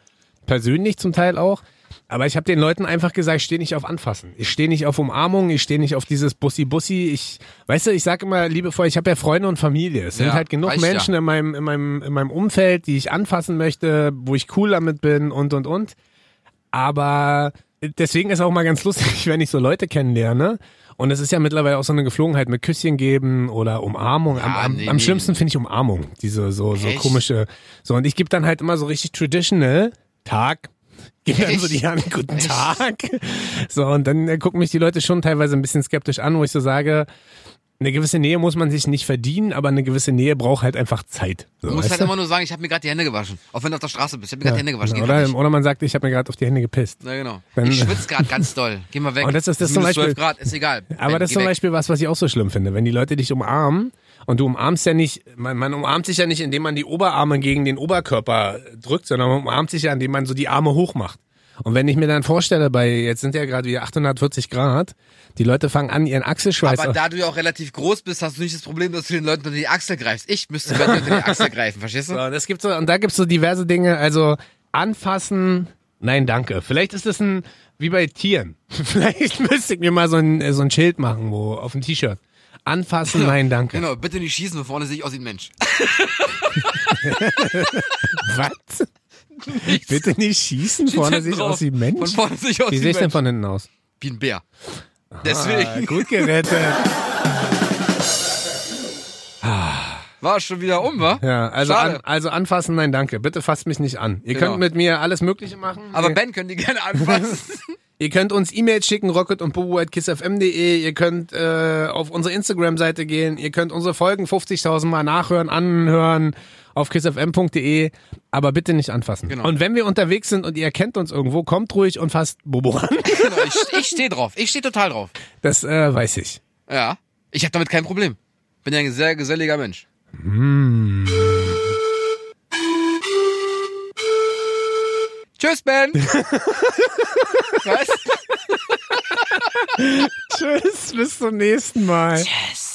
Speaker 1: persönlich zum Teil auch. Aber ich habe den Leuten einfach gesagt, ich stehe nicht auf Anfassen. Ich stehe nicht auf Umarmung, ich stehe nicht auf dieses Bussi-Bussi. Ich, weißt du, ich sage immer liebevoll, ich habe ja Freunde und Familie. Es sind
Speaker 2: Ja,
Speaker 1: halt genug
Speaker 2: reicht
Speaker 1: Menschen
Speaker 2: ja.
Speaker 1: in, meinem, in, meinem, in meinem Umfeld, die ich anfassen möchte, wo ich cool damit bin und, und, und. Aber deswegen ist auch mal ganz lustig, <laughs> wenn ich so Leute kennenlerne. Ne? Und es ist ja mittlerweile auch so eine Geflogenheit mit Küsschen geben oder Umarmung. am,
Speaker 2: Ja,
Speaker 1: am,
Speaker 2: nee,
Speaker 1: am
Speaker 2: nee.
Speaker 1: schlimmsten finde ich Umarmung. Diese so, so
Speaker 2: Echt?
Speaker 1: komische. So, und ich gebe dann halt immer so richtig traditional Tag. <laughs> Gib dann so
Speaker 2: Echt?
Speaker 1: die Hand, guten Tag. So, und dann äh, gucken mich die Leute schon teilweise ein bisschen skeptisch an, wo ich so sage, eine gewisse Nähe muss man sich nicht verdienen, aber eine gewisse Nähe braucht halt einfach Zeit. So,
Speaker 2: Du musst
Speaker 1: weißt
Speaker 2: halt
Speaker 1: du?
Speaker 2: immer nur sagen, ich habe mir gerade die Hände gewaschen. Auch wenn du auf der Straße bist. Ich habe mir gerade die Hände gewaschen. Geht grad
Speaker 1: oder,
Speaker 2: nicht.
Speaker 1: oder man sagt, ich habe mir gerade auf die Hände gepisst.
Speaker 2: Na genau.
Speaker 1: Dann-
Speaker 2: ich schwitze gerade ganz doll. Geh mal weg.
Speaker 1: Und das ist das
Speaker 2: Minus
Speaker 1: zum Beispiel-
Speaker 2: 12 Grad, ist egal.
Speaker 1: Aber
Speaker 2: Ben,
Speaker 1: das ist
Speaker 2: geh
Speaker 1: zum
Speaker 2: weg.
Speaker 1: Beispiel was, was ich auch so schlimm finde. Wenn die Leute dich umarmen und du umarmst ja nicht, man, man umarmt sich ja nicht, indem man die Oberarme gegen den Oberkörper drückt, sondern man umarmt sich ja, indem man so die Arme hoch macht. Und wenn ich mir dann vorstelle, bei jetzt sind ja gerade wieder 840 Grad, die Leute fangen an, ihren Achselschweiß
Speaker 2: Aber
Speaker 1: auf-
Speaker 2: da du ja auch relativ groß bist, hast du nicht das Problem, dass du den Leuten unter die Achsel greifst. Ich müsste bei dir unter die Achsel greifen, verstehst
Speaker 1: So,
Speaker 2: du?
Speaker 1: und, das gibt's so, und da gibt's so diverse Dinge, also anfassen, nein, danke. Vielleicht ist das ein, wie bei Tieren. <laughs> Vielleicht müsste ich mir mal so ein, so ein Schild machen, wo, auf dem T-Shirt. Anfassen, nein, danke.
Speaker 2: Genau, bitte nicht schießen, von vorne sehe ich aus wie ein Mensch.
Speaker 1: Was? Bitte nicht schießen,
Speaker 2: <laughs>
Speaker 1: vorne sehe ich aus wie ein
Speaker 2: Von
Speaker 1: Mensch.
Speaker 2: vorne sehe ich aus
Speaker 1: Wie
Speaker 2: wie ein
Speaker 1: sehe ich denn
Speaker 2: Mensch.
Speaker 1: von hinten aus?
Speaker 2: Wie ein Bär.
Speaker 1: Ah,
Speaker 2: Deswegen
Speaker 1: gut gerettet.
Speaker 2: war es schon wieder um, wa?
Speaker 1: Ah. Ja, also, an,
Speaker 2: Schade.
Speaker 1: also anfassen, nein, danke. Bitte fasst mich nicht an. Ihr
Speaker 2: Genau.
Speaker 1: könnt mit mir alles Mögliche machen.
Speaker 2: Aber
Speaker 1: ihr,
Speaker 2: Ben können die
Speaker 1: <laughs>
Speaker 2: gerne anfassen.
Speaker 1: ihr könnt uns E-Mails schicken, rocket und kissfm.de. Ihr könnt äh, auf unsere Instagram-Seite gehen. Ihr könnt unsere Folgen 50.000 Mal nachhören, anhören auf kissfm.de. Aber bitte nicht anfassen.
Speaker 2: Genau.
Speaker 1: Und wenn wir unterwegs sind und ihr erkennt uns irgendwo, kommt ruhig und fasst Bobo an.
Speaker 2: genau, ich ich stehe drauf. Ich stehe total drauf.
Speaker 1: Das äh, weiß ich.
Speaker 2: Ja. Ich habe damit kein Problem. Bin ja ein sehr geselliger Mensch. Tschüss, Ben. Was?
Speaker 1: Tschüss, bis zum nächsten Mal.
Speaker 2: Yes.